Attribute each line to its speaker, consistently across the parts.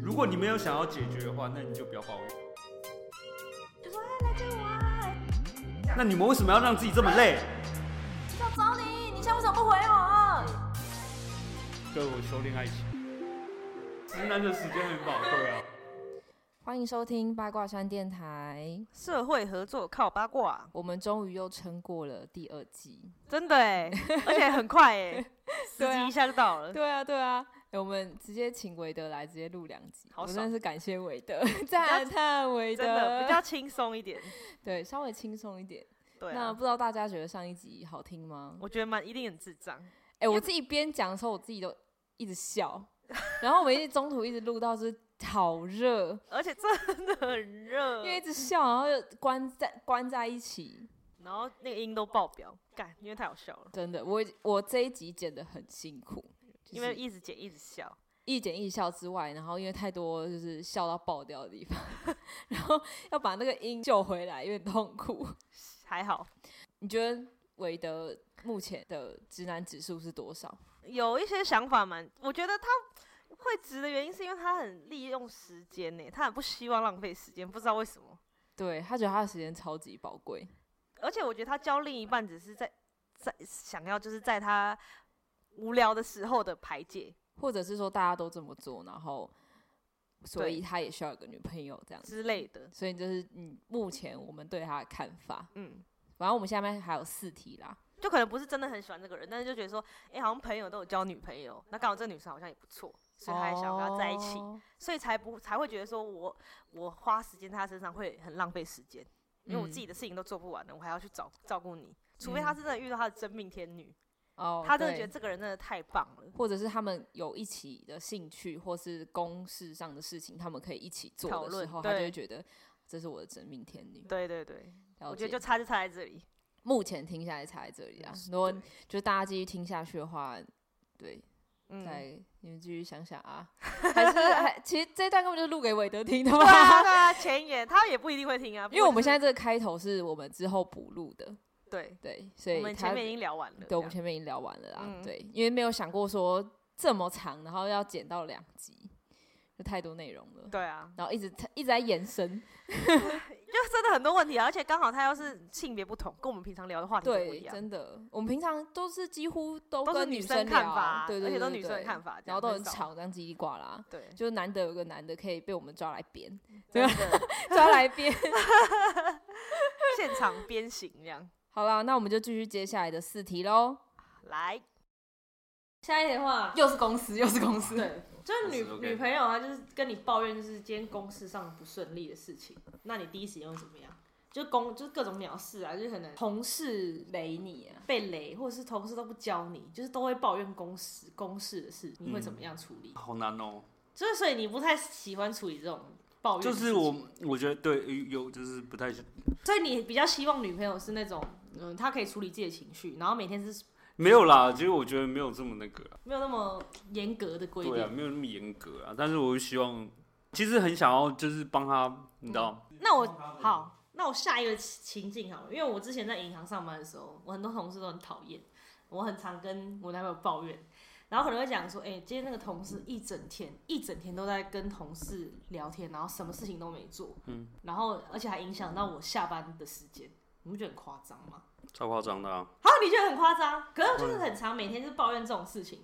Speaker 1: 如果你没有想要解决的话，那你就不要抱怨。
Speaker 2: 就说哎来救我啊，
Speaker 1: 那你们为什么要让自己这么累？
Speaker 2: 要找你，你现在为什么不回我啊？
Speaker 1: 各位，我修炼爱情，直男的时间很宝贵啊。
Speaker 3: 欢迎收听八卦山电台，
Speaker 4: 社会合作靠八 卦，
Speaker 3: 我们终于又撑过了第二季。
Speaker 4: 真的 哎，而且很快哎，十
Speaker 3: 对啊
Speaker 4: 集一下就到了。
Speaker 3: 对啊，对啊，诶我们直接请韦德来直接录两集，
Speaker 4: 好
Speaker 3: 我
Speaker 4: 爽
Speaker 3: 真的是感谢韦德，赞叹韦
Speaker 4: 真的比
Speaker 3: 德，
Speaker 4: 较轻松一点，
Speaker 3: 对，稍微轻松一点。
Speaker 4: 对、
Speaker 3: 那
Speaker 4: 啊
Speaker 3: 不，知道大家觉得上一集好听吗？
Speaker 5: 哦
Speaker 4: 我觉得蛮一定很智障，
Speaker 3: 哎、我自己边讲的时候，我自己都一直笑，然后我们一直中途一直录到就是好热，
Speaker 4: 而且真的很热
Speaker 5: 呃
Speaker 3: 因，为一直笑，然后又关在关在一起，
Speaker 4: 然后那个音都爆表，干，因为太好笑了，
Speaker 3: 真的，我我这一集剪得很辛苦，就是
Speaker 4: 因为一直剪一直笑，
Speaker 3: 一剪一笑之外，然后因为太多就是笑到爆掉的地方， 然后要把那个音救回来，有点痛苦。
Speaker 4: 还好
Speaker 3: 你觉得韦德目前的直男指数是多少？
Speaker 4: 有一些想法蛮，我觉得他。会值的原因是因为他很利用时间呢，他很不希望浪费时间，不知道为什么。
Speaker 3: 对他觉得他的时间超级宝贵，
Speaker 4: 而且我觉得他交另一半只是在在想要就是在他无聊的时候的排解
Speaker 3: 或者是说大家都这么做，然后所
Speaker 4: 对
Speaker 3: 以他也需要一个女朋友这样子。
Speaker 4: 之类的。
Speaker 3: 所以就是嗯，目前我们对他的看法。
Speaker 4: 嗯，
Speaker 3: 然后我们下面还有四题啦，
Speaker 4: 就可能不是真的很喜欢这个人，但是就觉得说，哎、好像朋友都有交女朋友，那刚好这个女生好像也不错，所以他还想要跟她在一起，
Speaker 3: 哦
Speaker 4: 所以才不才会觉得说我我花时间在她身上会很浪费时间，因为
Speaker 3: 嗯
Speaker 4: 我自己的事情都做不完了，我还要去照照顾你，除非他真的遇到他的真命天女，
Speaker 3: 哦，
Speaker 4: 他真的
Speaker 3: 对
Speaker 4: 觉得这个人真的太棒了，
Speaker 3: 或者是他们有一起的兴趣或是公事上的事情，他们可以一起做
Speaker 4: 讨
Speaker 3: 的时
Speaker 4: 论
Speaker 3: 候，他就
Speaker 4: 对
Speaker 3: 会觉得这是我的真命天女。
Speaker 4: 对对对，
Speaker 3: 我
Speaker 4: 我觉得就差就差在这里，
Speaker 3: 目前听下来才在这里啊。如果
Speaker 4: 对
Speaker 3: 就大家继续听下去的话，对，
Speaker 4: 嗯
Speaker 3: 再、你们继续想想啊，还是 还其实这段根本就录给韦德 听的
Speaker 4: 对啊，
Speaker 3: 嘛，
Speaker 4: 对啊，前言他也不一定会听啊，
Speaker 3: 因为我们现
Speaker 4: 在
Speaker 3: 在这个开头是我们之后补录的，
Speaker 4: 对，
Speaker 3: 对，所以
Speaker 4: 我们
Speaker 3: 他
Speaker 4: 前面已经聊完了，
Speaker 3: 对，我们
Speaker 4: 这样
Speaker 3: 前面已经聊完了啦，
Speaker 4: 嗯
Speaker 3: 对，因为没有想过说这么长，然后要剪到两集，就太多内容了。
Speaker 4: 对啊，
Speaker 3: 然后一直一直在延伸，
Speaker 4: 就真的很多问题啊，而且刚好他又是性别不同，跟我们平常聊的话题都不
Speaker 3: 对，
Speaker 4: 一样，
Speaker 3: 真的，我们平常都是几乎都
Speaker 4: 都是
Speaker 3: 跟
Speaker 4: 女
Speaker 3: 生
Speaker 4: 生
Speaker 3: 聊，啊
Speaker 4: 看法，
Speaker 3: 对对对
Speaker 4: 而且都是
Speaker 3: 对
Speaker 4: 女生的
Speaker 3: 对
Speaker 4: 看法，这
Speaker 3: 然
Speaker 4: 样
Speaker 3: 后都很，
Speaker 4: 少
Speaker 3: 吵，这样叽里呱啦，
Speaker 4: 对，
Speaker 3: 就难得有个男的可以被我们抓来编， 对
Speaker 4: 真的
Speaker 3: 抓来编。
Speaker 4: 现场鞭刑这样，
Speaker 3: 好啦，那我们就继续接下来的四题喽。
Speaker 4: 来，
Speaker 3: 下一题的话，又是公司，又是公司，
Speaker 4: 就是女
Speaker 1: 女哦 OK 女
Speaker 4: 女
Speaker 1: 朋
Speaker 4: 朋友她就是跟你抱怨就是今天公事上不顺利的事情，那你第一时间会怎么样？就公就是各种鸟事啊，就是可能
Speaker 5: 同事
Speaker 3: 雷你啊！
Speaker 5: 被雷，或者是同事都不教你，就是都会抱怨公事公事的事，你会怎么样处理？
Speaker 1: 好难哦，
Speaker 5: 就是所以你不太喜欢处理这种抱怨，
Speaker 1: 就是我，，我觉得对有就是不太，
Speaker 5: 所以你比较希望女朋友是那种，嗯，她可以处理自己的情绪，然后每天是
Speaker 1: 没有啦，其实我觉得没有这么那个啦，啊
Speaker 5: 没有那么严格的规
Speaker 1: 对啊，
Speaker 5: 定。
Speaker 1: 没有那么严格啊，但是我希望，其实很想要就是帮他，你知道，
Speaker 5: 那我好，那我下一个情境好了，因为我之前在银行上班的时候，我很多同事都很讨厌，我很常跟我男朋友抱怨。然后可能会讲说，哎、今天那个同事一整天一整天都在跟同事聊天，然后什么事情都没做，
Speaker 1: 嗯，
Speaker 5: 然后而且还影响到我下班的时间，你不觉得很夸张吗？
Speaker 1: 超夸张的啊，
Speaker 5: 好，你觉得很夸张，可是我就是很常每天就是抱怨这种事情，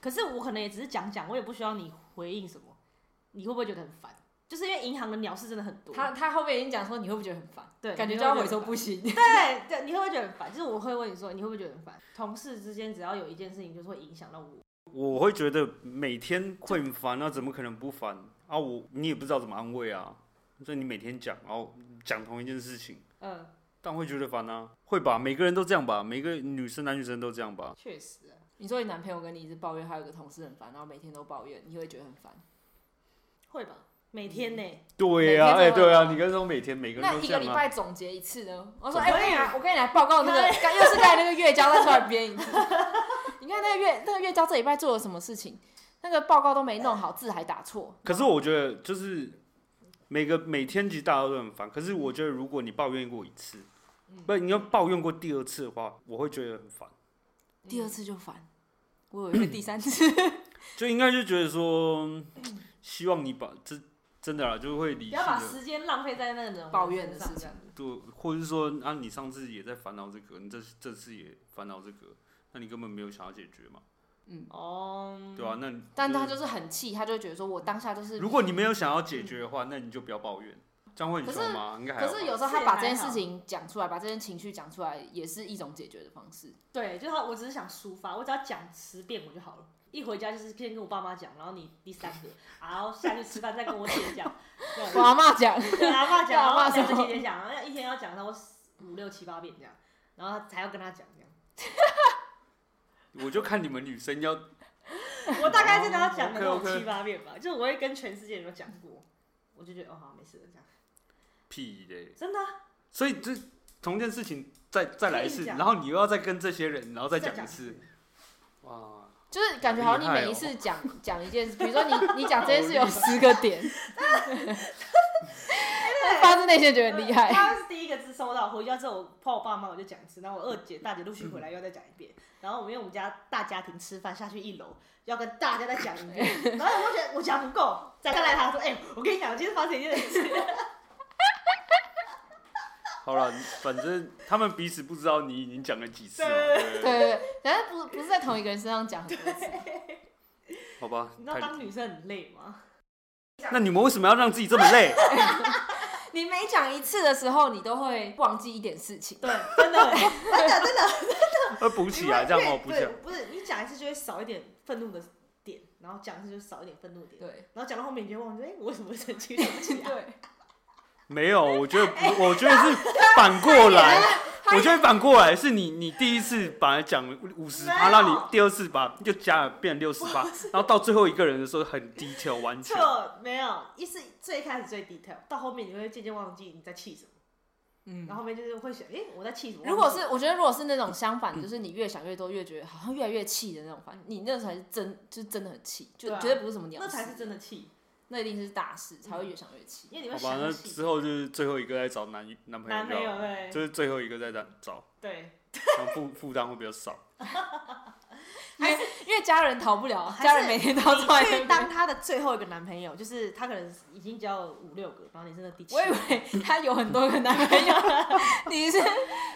Speaker 5: 可是我可能也只是讲讲，我也不需要你回应什么，你会不会觉得很烦？就是因为银行的鸟事真的很多，
Speaker 3: 他他后面已经讲说，你会不会觉得很烦？
Speaker 5: 对
Speaker 3: 感觉
Speaker 5: 你
Speaker 3: 就
Speaker 5: 会
Speaker 3: 要
Speaker 5: 不会
Speaker 3: 回
Speaker 5: 觉
Speaker 3: 收
Speaker 5: 得
Speaker 3: 不行。
Speaker 5: 对对，你会不会觉得很烦？就是我会问你说，你会不会觉得很烦？同事之间只要有一件事情，就是会影响到我。
Speaker 1: 我会觉得每天会很烦啊，怎么可能不烦啊？我你也不知道怎么安慰啊，所以你每天讲，然后讲同一件事情，
Speaker 5: 嗯，
Speaker 1: 但会觉得烦啊，会吧？每个人都这样吧，每个女生男女生都这样吧，
Speaker 5: 确实啊，
Speaker 3: 你说你男朋友跟你一直抱怨，还有一个同事很烦，然后每天都抱怨，你会觉得很烦。
Speaker 5: 会吧？每天呢、
Speaker 1: 对呀、啊，哎、
Speaker 3: 每天都
Speaker 1: 对
Speaker 3: 会
Speaker 1: 啊，你跟说每天每个人
Speaker 3: 那
Speaker 1: 都
Speaker 3: 一
Speaker 1: 这
Speaker 3: 个
Speaker 1: 样
Speaker 3: 礼
Speaker 1: 啊。
Speaker 3: 拜总结一次呢？我
Speaker 1: 总
Speaker 3: 说，哎、我跟你来，我跟你来报告那个，刚又是在那个月交再出来编一次。 你看那个月那个月交这礼拜做了什么事情？那个报告都没弄好，字还打错。
Speaker 1: 可是我觉得就是每个每天其实大家都很烦，可是我觉得如果你抱怨过一次，
Speaker 3: 嗯
Speaker 1: 不，你要抱怨过第二次的话，我会觉得很烦，
Speaker 3: 嗯 第二次就烦，我有一个第三次。
Speaker 1: 就应该就觉得说，希望你把这真的啦，就会理性
Speaker 5: 不要把
Speaker 1: 的
Speaker 5: 时间浪费在那种
Speaker 3: 抱怨的
Speaker 5: 上
Speaker 3: 事情
Speaker 5: 这样
Speaker 1: 对，或者是说啊，你上次也在烦恼这个，你这这次也烦恼这个，那你根本没有想要解决嘛，
Speaker 5: 哦，
Speaker 1: 对吧、那你
Speaker 3: 但
Speaker 1: 就
Speaker 3: 他
Speaker 1: 是
Speaker 3: 就是很气，他就会觉得说我当下就是
Speaker 1: 如果你没有想要解决的话，那你就不要抱怨。这样会很
Speaker 3: 可
Speaker 1: 凶吗？应该还
Speaker 3: 可
Speaker 1: 好
Speaker 3: 是
Speaker 1: 吧
Speaker 3: 有时候
Speaker 5: 这
Speaker 3: 他
Speaker 5: 也
Speaker 3: 把
Speaker 5: 还
Speaker 3: 这件
Speaker 5: 好
Speaker 3: 事情讲出来，把这件情绪讲出来，也是一种解决的方 式。
Speaker 5: 对，就是我只是想抒发，我只要讲十遍我就好了。一回家就是先跟我爸妈讲，然后你第三个，然后下去吃饭再跟我 姐讲，这样
Speaker 3: 我阿妈讲，
Speaker 5: 跟阿爸讲，
Speaker 3: 跟阿
Speaker 5: 然后
Speaker 3: 嬷
Speaker 5: 再
Speaker 3: 讲
Speaker 5: 跟姐姐讲，然后一天要讲到五六七八遍这样，然后才要跟他讲这样。
Speaker 1: 我就看你们女生要
Speaker 5: 我大概真的要讲个
Speaker 1: 哦 OK，OK
Speaker 5: 六七八遍吧，就是我会跟全世界人都讲过，我就觉得哦好没事了这样，
Speaker 1: 屁嘞，
Speaker 5: 真的啊、
Speaker 1: 所以这同一件事情再再来一
Speaker 5: 可
Speaker 1: 次，
Speaker 5: 以讲
Speaker 1: 然后你又要再跟这些人，然后再
Speaker 5: 再
Speaker 1: 讲一
Speaker 5: 讲
Speaker 1: 次，哇，
Speaker 3: 就是感觉好像你
Speaker 1: 好厉害
Speaker 3: 每一
Speaker 1: 哦
Speaker 3: 次讲讲一件事，比如说你你讲这件 事有十个点，发自内心地觉得很厉害。
Speaker 5: 呃他是第一个字收到，回家之后我泡我爸妈我就讲一次，然后我二姐、大姐陆续回来又再讲一遍，然后我们因为我们家大家庭吃饭下去一楼要跟大家再讲一遍， 然后我觉得我讲不够，再再来他说，哎、我跟你讲，我今天发生一件事，
Speaker 1: 好了，反正他们彼此不知道你已经讲了几次了，对
Speaker 5: 对
Speaker 1: 不对
Speaker 3: 对对对，但是不不是在同一个人身上讲很多次，
Speaker 1: 好吧
Speaker 5: 你，知道
Speaker 1: 太
Speaker 5: 当女生很累吗？
Speaker 1: 那你们为什么要让自己这么 累？
Speaker 3: 你每讲一次的时候，你都会忘记一点事情。
Speaker 5: 对，真的，
Speaker 1: 要呃补 起来，这样哦，补起来
Speaker 5: 对，，不是你讲一次就会少一点愤怒的点，然后讲一次就少一点愤怒的点，
Speaker 3: 对
Speaker 5: 然后讲到后面你就会忘记，哎、我为什么会生气？ 生气啊
Speaker 3: 对，
Speaker 1: 没有，我觉得
Speaker 5: 哎
Speaker 1: 不，我觉得是反过 来，我觉得反过来是你，你第一次本来讲五十
Speaker 5: 没有
Speaker 1: 趴，让你第二次把又加了变六十趴，然后到最后一个人的时候很低调，完全
Speaker 5: 错，没有，一是最开始最 detail，到后面你会渐渐忘记你在气什么，
Speaker 3: 嗯
Speaker 5: 然。后后面就是会想，哎、我在气什么？
Speaker 3: 如果
Speaker 5: 忘记
Speaker 3: 是我觉得，如果是那种相反，就是你越想越多，越觉得好像越来越气的那种反应，你那才是真，就是真的很气，就
Speaker 5: 对啊
Speaker 3: 绝对不是嗯什么鸟
Speaker 5: 那
Speaker 3: 事，
Speaker 5: 才是真的气，
Speaker 3: 那一定是大事，才会越想越气。
Speaker 5: 因为你
Speaker 1: 好
Speaker 5: 会
Speaker 1: 吧？那
Speaker 5: 想
Speaker 1: 之
Speaker 5: 气
Speaker 1: 后就是最后一个在找男男朋
Speaker 5: 男
Speaker 1: 友
Speaker 5: 朋
Speaker 1: 就
Speaker 5: 友
Speaker 1: 好了，
Speaker 5: 对
Speaker 1: 就是最后一个在找找，
Speaker 5: 对，
Speaker 1: 然后负负担会比较少。
Speaker 3: 因为因为家人逃不了，
Speaker 5: 还是
Speaker 3: 家人每天都要在
Speaker 5: 你去
Speaker 3: 那
Speaker 5: 当
Speaker 3: 边。
Speaker 5: 他的最后一个男朋友，就是他可能已经交了五六个，然后你是那第 七
Speaker 3: 我以
Speaker 5: 个，
Speaker 3: 为他有很多个男朋 友，你是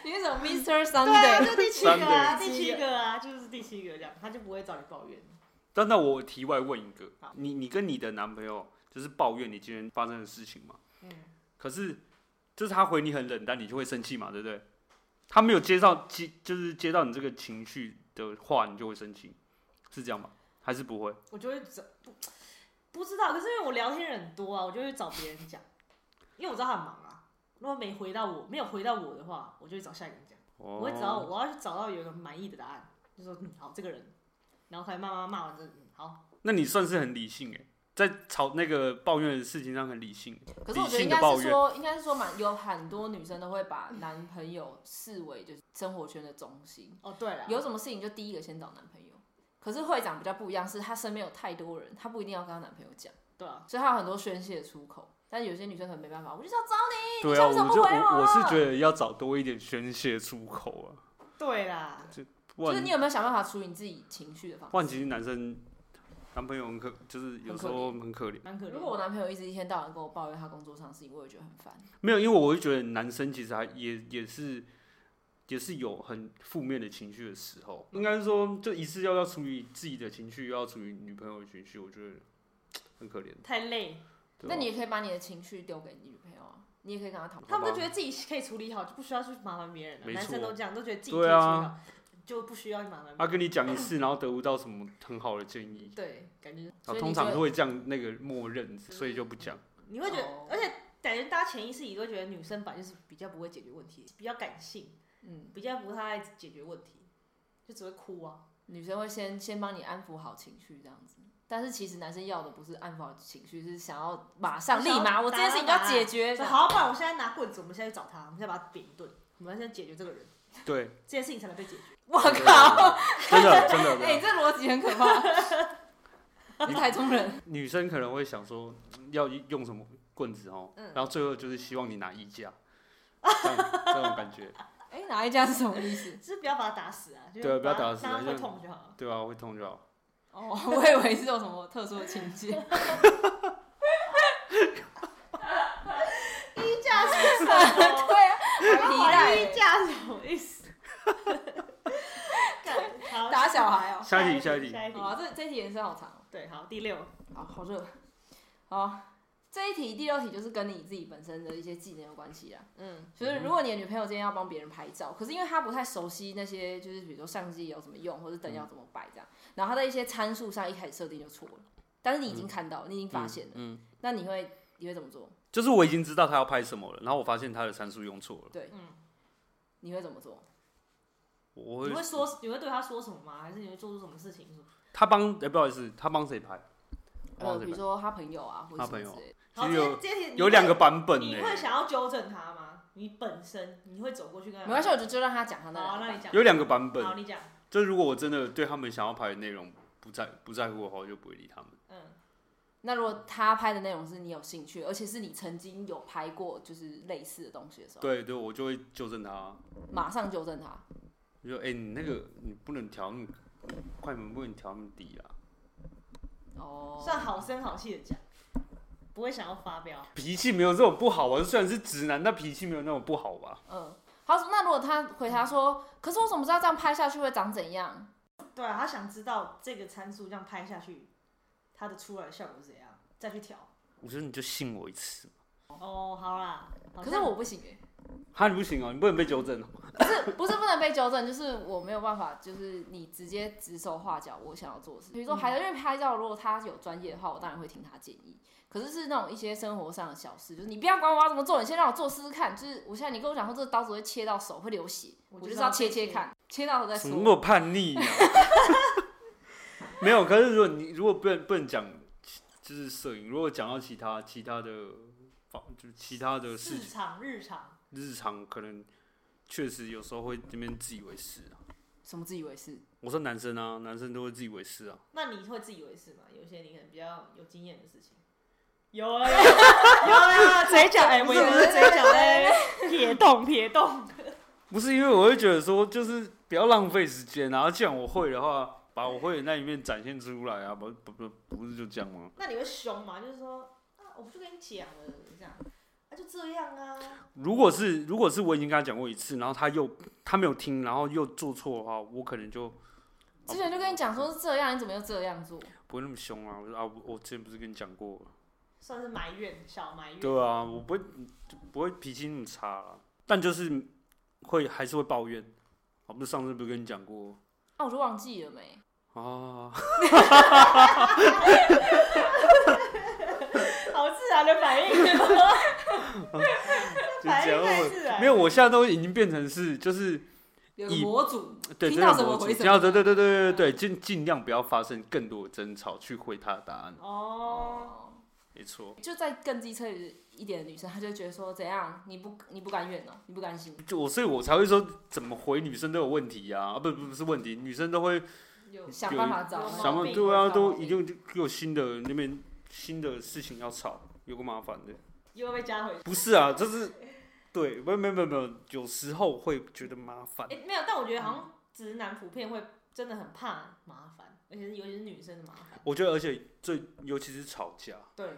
Speaker 3: 你是什么 Mr.
Speaker 5: 对啊，
Speaker 3: Sunday？
Speaker 5: 就第七个啊，
Speaker 1: Sunday
Speaker 5: 第七个啊，就是第七个这样，他就不会找你抱怨。
Speaker 1: 但那我题外问一个
Speaker 5: 好，
Speaker 1: 你你跟你的男朋友就是抱怨你今天发生的事情嘛？
Speaker 5: 嗯
Speaker 1: 可是就是他回你很冷淡，你就会生气嘛，对不对？他没有接到接就是接到你这个情绪的话，你就会生气，是这样吗？还是不会？
Speaker 5: 我就会找不不知道，可是因为我聊天人很多啊，我就会找别人讲，因为我知道他很忙啊。如果没回到我，没有回到我的话，我就会找下一个人讲。我会找
Speaker 1: 哦，
Speaker 5: 我要去找到有一个满意的答案，就说嗯好这个人，然后开始骂骂骂完之后，嗯好，
Speaker 1: 那你算是很理性诶，在吵那个抱怨的事情上很理性。欸
Speaker 3: 可是我觉得应该是说，应该是说蛮有很多女生都会把男朋友视为就是生活圈的中心，
Speaker 5: 哦对了，
Speaker 3: 有什么事情就第一个先找男朋友。可是会长比较不一样，是她身边有太多人，她不一定要跟她男朋友讲，
Speaker 5: 对啊，
Speaker 3: 所以她有很多宣泄的出口。但有些女生可能没办法，我就想找
Speaker 5: 哎
Speaker 1: 对啊，
Speaker 2: 你
Speaker 1: 我
Speaker 2: 像什么
Speaker 1: 就
Speaker 2: 回我
Speaker 1: 我我是觉得要找多一点宣泄出口啊，
Speaker 5: 对啦，
Speaker 1: 不
Speaker 3: 就是
Speaker 1: 然
Speaker 3: 你有没有想办法处理你自己情绪的方式？
Speaker 1: 不然其实男生男朋友很可，就是有时候很可怜。
Speaker 5: 蛮可怜。
Speaker 3: 如果我男朋友一直一天到晚跟我抱怨他工作上的事情，我也觉得很烦。
Speaker 1: 没有，因为我会觉得男生其实还也也是也是有很负面的情绪的时候，应该是说就一次要要处理自己的情绪，又要处理女朋友的情绪，我觉得很可怜。
Speaker 5: 太累，
Speaker 1: 对吧啊
Speaker 3: 那你也可以把你的情绪丢给你女朋友啊，你也可以跟她讨论。
Speaker 5: 他们都觉得自己可以处理好，就不需要去麻烦别人了。
Speaker 1: 没
Speaker 5: 男生
Speaker 1: 错
Speaker 5: 都这样，都觉得自己可以处
Speaker 1: 对
Speaker 5: 理
Speaker 1: 啊
Speaker 5: 好，就不需要去麻烦别
Speaker 1: 他
Speaker 5: 人。
Speaker 1: 跟你讲一次，然后得不到什么很好的建议，
Speaker 3: 对，感觉
Speaker 1: 啊
Speaker 3: 所，以
Speaker 1: 通
Speaker 3: 你
Speaker 1: 常都
Speaker 3: 就
Speaker 1: 会这样那个默认，所以就不讲。
Speaker 5: 你会觉得，
Speaker 3: 哦
Speaker 5: 而且感觉大家潜意识里都会觉得女生本来就是比较不会解决问题，比较感性，
Speaker 3: 嗯，
Speaker 5: 比较不太爱解决问题，就只会哭啊。
Speaker 3: 女生会先先帮你安抚好情绪这样子。但是其实男生要的不是安抚好情绪，是想要马上
Speaker 5: 我
Speaker 3: 立
Speaker 5: 想要
Speaker 3: 马，我这件事情就要解决。
Speaker 5: 说好，不然我现在拿棍子，我们现在去找他，我们现在把他扁一顿，我们现在解决这个人，
Speaker 1: 对，
Speaker 5: 这件事情才能被解决。
Speaker 3: 我
Speaker 1: 对啊
Speaker 3: 靠！，
Speaker 1: 真的真的，
Speaker 3: 哎、
Speaker 1: 真的
Speaker 3: 这逻辑很可 怕。你是台中人，
Speaker 1: 女生可能会想说嗯要用什么棍子哦，
Speaker 3: 嗯
Speaker 1: 然后最后就是希望你拿衣架， 这样这种感觉，
Speaker 3: 哎、哪一家是什么意思？
Speaker 5: 就是不要把他打死啊，就是
Speaker 1: 对不要
Speaker 5: 把他
Speaker 1: 打死啊
Speaker 5: 让他会
Speaker 1: 就
Speaker 5: 痛就好了。
Speaker 1: 对啊，会痛就好。
Speaker 3: 哦，我以为是有什么特殊的情节。 啊
Speaker 5: 啊
Speaker 1: 下一题
Speaker 5: 下
Speaker 1: 下一题
Speaker 5: 下一题
Speaker 3: 哦好。啊，这这一题延伸好长哦，
Speaker 5: 对，好，第六，
Speaker 3: 好好热，好。这一题第六题就是跟你自己本身的一些技能有关系啦。
Speaker 4: 嗯，
Speaker 3: 就是如果你的女朋友今天要帮别人拍照，可是因为她不太熟悉那些，就是比如说相机有什么用，或者灯要怎么摆这样，然后她在一些参数上一开始设定就错了，但是你已经看到，你已经发现了，
Speaker 1: 嗯，
Speaker 3: 那你会你会怎么做？
Speaker 1: 就是我已经知道他要拍什么了，然后我发现他的参数用错了，
Speaker 3: 你会怎么做？
Speaker 1: 我
Speaker 5: 嗯你
Speaker 1: 会
Speaker 5: 会说，你会对他说什么吗？还是你会做出什么事情？
Speaker 1: 他帮哎、不好意思，他帮谁拍？他
Speaker 3: 呃，
Speaker 1: 帮谁
Speaker 3: 比如
Speaker 1: 拍？
Speaker 3: 说她朋友啊，或者
Speaker 1: 她
Speaker 3: 什么
Speaker 1: 朋友
Speaker 3: 之类的。
Speaker 1: 其
Speaker 5: 好，
Speaker 1: 实
Speaker 5: 这
Speaker 1: 有
Speaker 5: 这题你
Speaker 1: 有
Speaker 5: 会
Speaker 1: 两个版本呢、
Speaker 5: 你会想要纠正他吗？你本身你会走过去跟他？
Speaker 3: 没关系，我就就让她讲她
Speaker 5: 好啊，
Speaker 3: 那
Speaker 5: 那
Speaker 3: 两
Speaker 5: 你
Speaker 3: 个。
Speaker 5: 讲。
Speaker 1: 有两个版
Speaker 5: 好，
Speaker 1: 本。
Speaker 5: 你讲。
Speaker 1: 就是如果我真的对他们想要拍的内容不在不在乎的话，我就不会理他们。
Speaker 5: 嗯，
Speaker 3: 那如果她拍的内容是你有兴趣，而且是你曾经有拍过就是类似的东西的时候，
Speaker 1: 对对，我就会纠正他。
Speaker 3: 马上纠正她。
Speaker 1: 就说：“哎、你那个
Speaker 5: 嗯
Speaker 1: 你不能调那么快门，不能调那么低啊，
Speaker 3: 哦，
Speaker 5: 算好声好气的讲，不会想要发飙。
Speaker 1: 脾气没有这种不好啊。虽然是直男，但脾气没有那种不好吧？
Speaker 3: 嗯，好，那如果她回答说，可是我怎么知道这样拍下去会长怎样？
Speaker 5: 对啊，他想知道这个参数这样拍下去，它的出来的效果是怎样，再去调。
Speaker 1: 我觉得你就信我一次嘛。
Speaker 5: 哦，好啦。好
Speaker 3: 可是
Speaker 5: 像
Speaker 3: 我不行哎、
Speaker 1: 哈，你不行哦、你不能被纠正哦、
Speaker 3: 不是 不是不能被纠正，就是我没有办法，就是你直接指手画脚我想要做的事。比如说拍照，因为拍照如果他有专业的话，我当然会听他建议。可是是那种一些生活上的小事，就是你不要管我要怎么做，你先让我做试试看。就是我现在你跟我讲说这个刀子会切到手会流血，
Speaker 5: 我
Speaker 3: 我
Speaker 5: 就
Speaker 3: 就是是
Speaker 5: 要
Speaker 3: 要切切
Speaker 5: 切
Speaker 3: 看，切到了再
Speaker 1: 怎
Speaker 3: 说。
Speaker 1: 么那么叛逆啊？没有，可是如果你如果不能不能讲，就是摄影，如果讲到其他其他的方，就是其他的事
Speaker 5: 日
Speaker 1: 情，
Speaker 5: 常日常，
Speaker 1: 日常可能确实有时候会这边自以为是啊。
Speaker 3: 什么自以为是？
Speaker 1: 我说男生啊，男生都会自以为是啊。
Speaker 5: 那你会自以为是吗？有些你可能比较有经验的事情。有啊，有 啊，嘴角哎，我也是嘴角哎，撇动撇动。
Speaker 1: 不是因为我会觉得说，就是不要浪费时间啊。既然我会的话，把我会的那一面展现出来啊，不不不不是就这样吗？
Speaker 5: 那你会凶吗？就是说啊，我不就跟你讲了这样，啊就这样啊。
Speaker 1: 如果是如果是我已经跟他讲过一次，然后他又他没有听，然后又做错的话，我可能就
Speaker 3: 之前就跟你讲说是这样，你怎么又这样做？
Speaker 1: 不会那么凶啊。我说啊，我我之前不是跟你讲过了，
Speaker 5: 算是埋怨，小埋怨。
Speaker 1: 对啊，我不会就不会脾气那么差啊，但就是会还是会抱怨。啊，不是上次不是跟你讲过
Speaker 3: 啊，我就忘记了没？
Speaker 1: 啊？
Speaker 5: 好自然 的反应，
Speaker 1: 就
Speaker 5: 反
Speaker 1: 这
Speaker 5: 应
Speaker 1: 样
Speaker 5: 太
Speaker 1: 会。
Speaker 5: 自然。
Speaker 1: 没有，我现在都已经变成是就是
Speaker 3: 有
Speaker 1: 个以
Speaker 3: 模组，
Speaker 1: 对，
Speaker 3: 听
Speaker 1: 真的
Speaker 3: 到什么
Speaker 1: 逻辑
Speaker 3: 回什
Speaker 1: 听到
Speaker 3: 么
Speaker 1: 对对对对对对，尽尽量不要发生更多的争吵，去回他的答案。
Speaker 5: 哦，
Speaker 3: 哦，
Speaker 1: 没错，
Speaker 3: 就在更机车一点的女生，她就会觉得说怎样，你不你不甘愿哦，你不甘心。
Speaker 1: 就我，所以我才会说怎么回女生都有问题呀、啊，不不不是问题，女生都会
Speaker 5: 有
Speaker 3: 想办法找
Speaker 5: 有
Speaker 3: 那
Speaker 1: 想
Speaker 5: 毛
Speaker 1: 问，
Speaker 5: 病
Speaker 1: 对啊，都一
Speaker 3: 已
Speaker 1: 定就有新的那边新的事情要吵，有个麻烦的。
Speaker 5: 又会被加回去。
Speaker 1: 不是啊，就是对，没有没有没有没有，有时候会觉得麻烦
Speaker 5: 哎、。没有，但我觉得好像直男普遍会真的很怕麻烦，而且是尤其是女生的麻烦。
Speaker 1: 我觉得，而且最尤其是吵架，
Speaker 5: 对，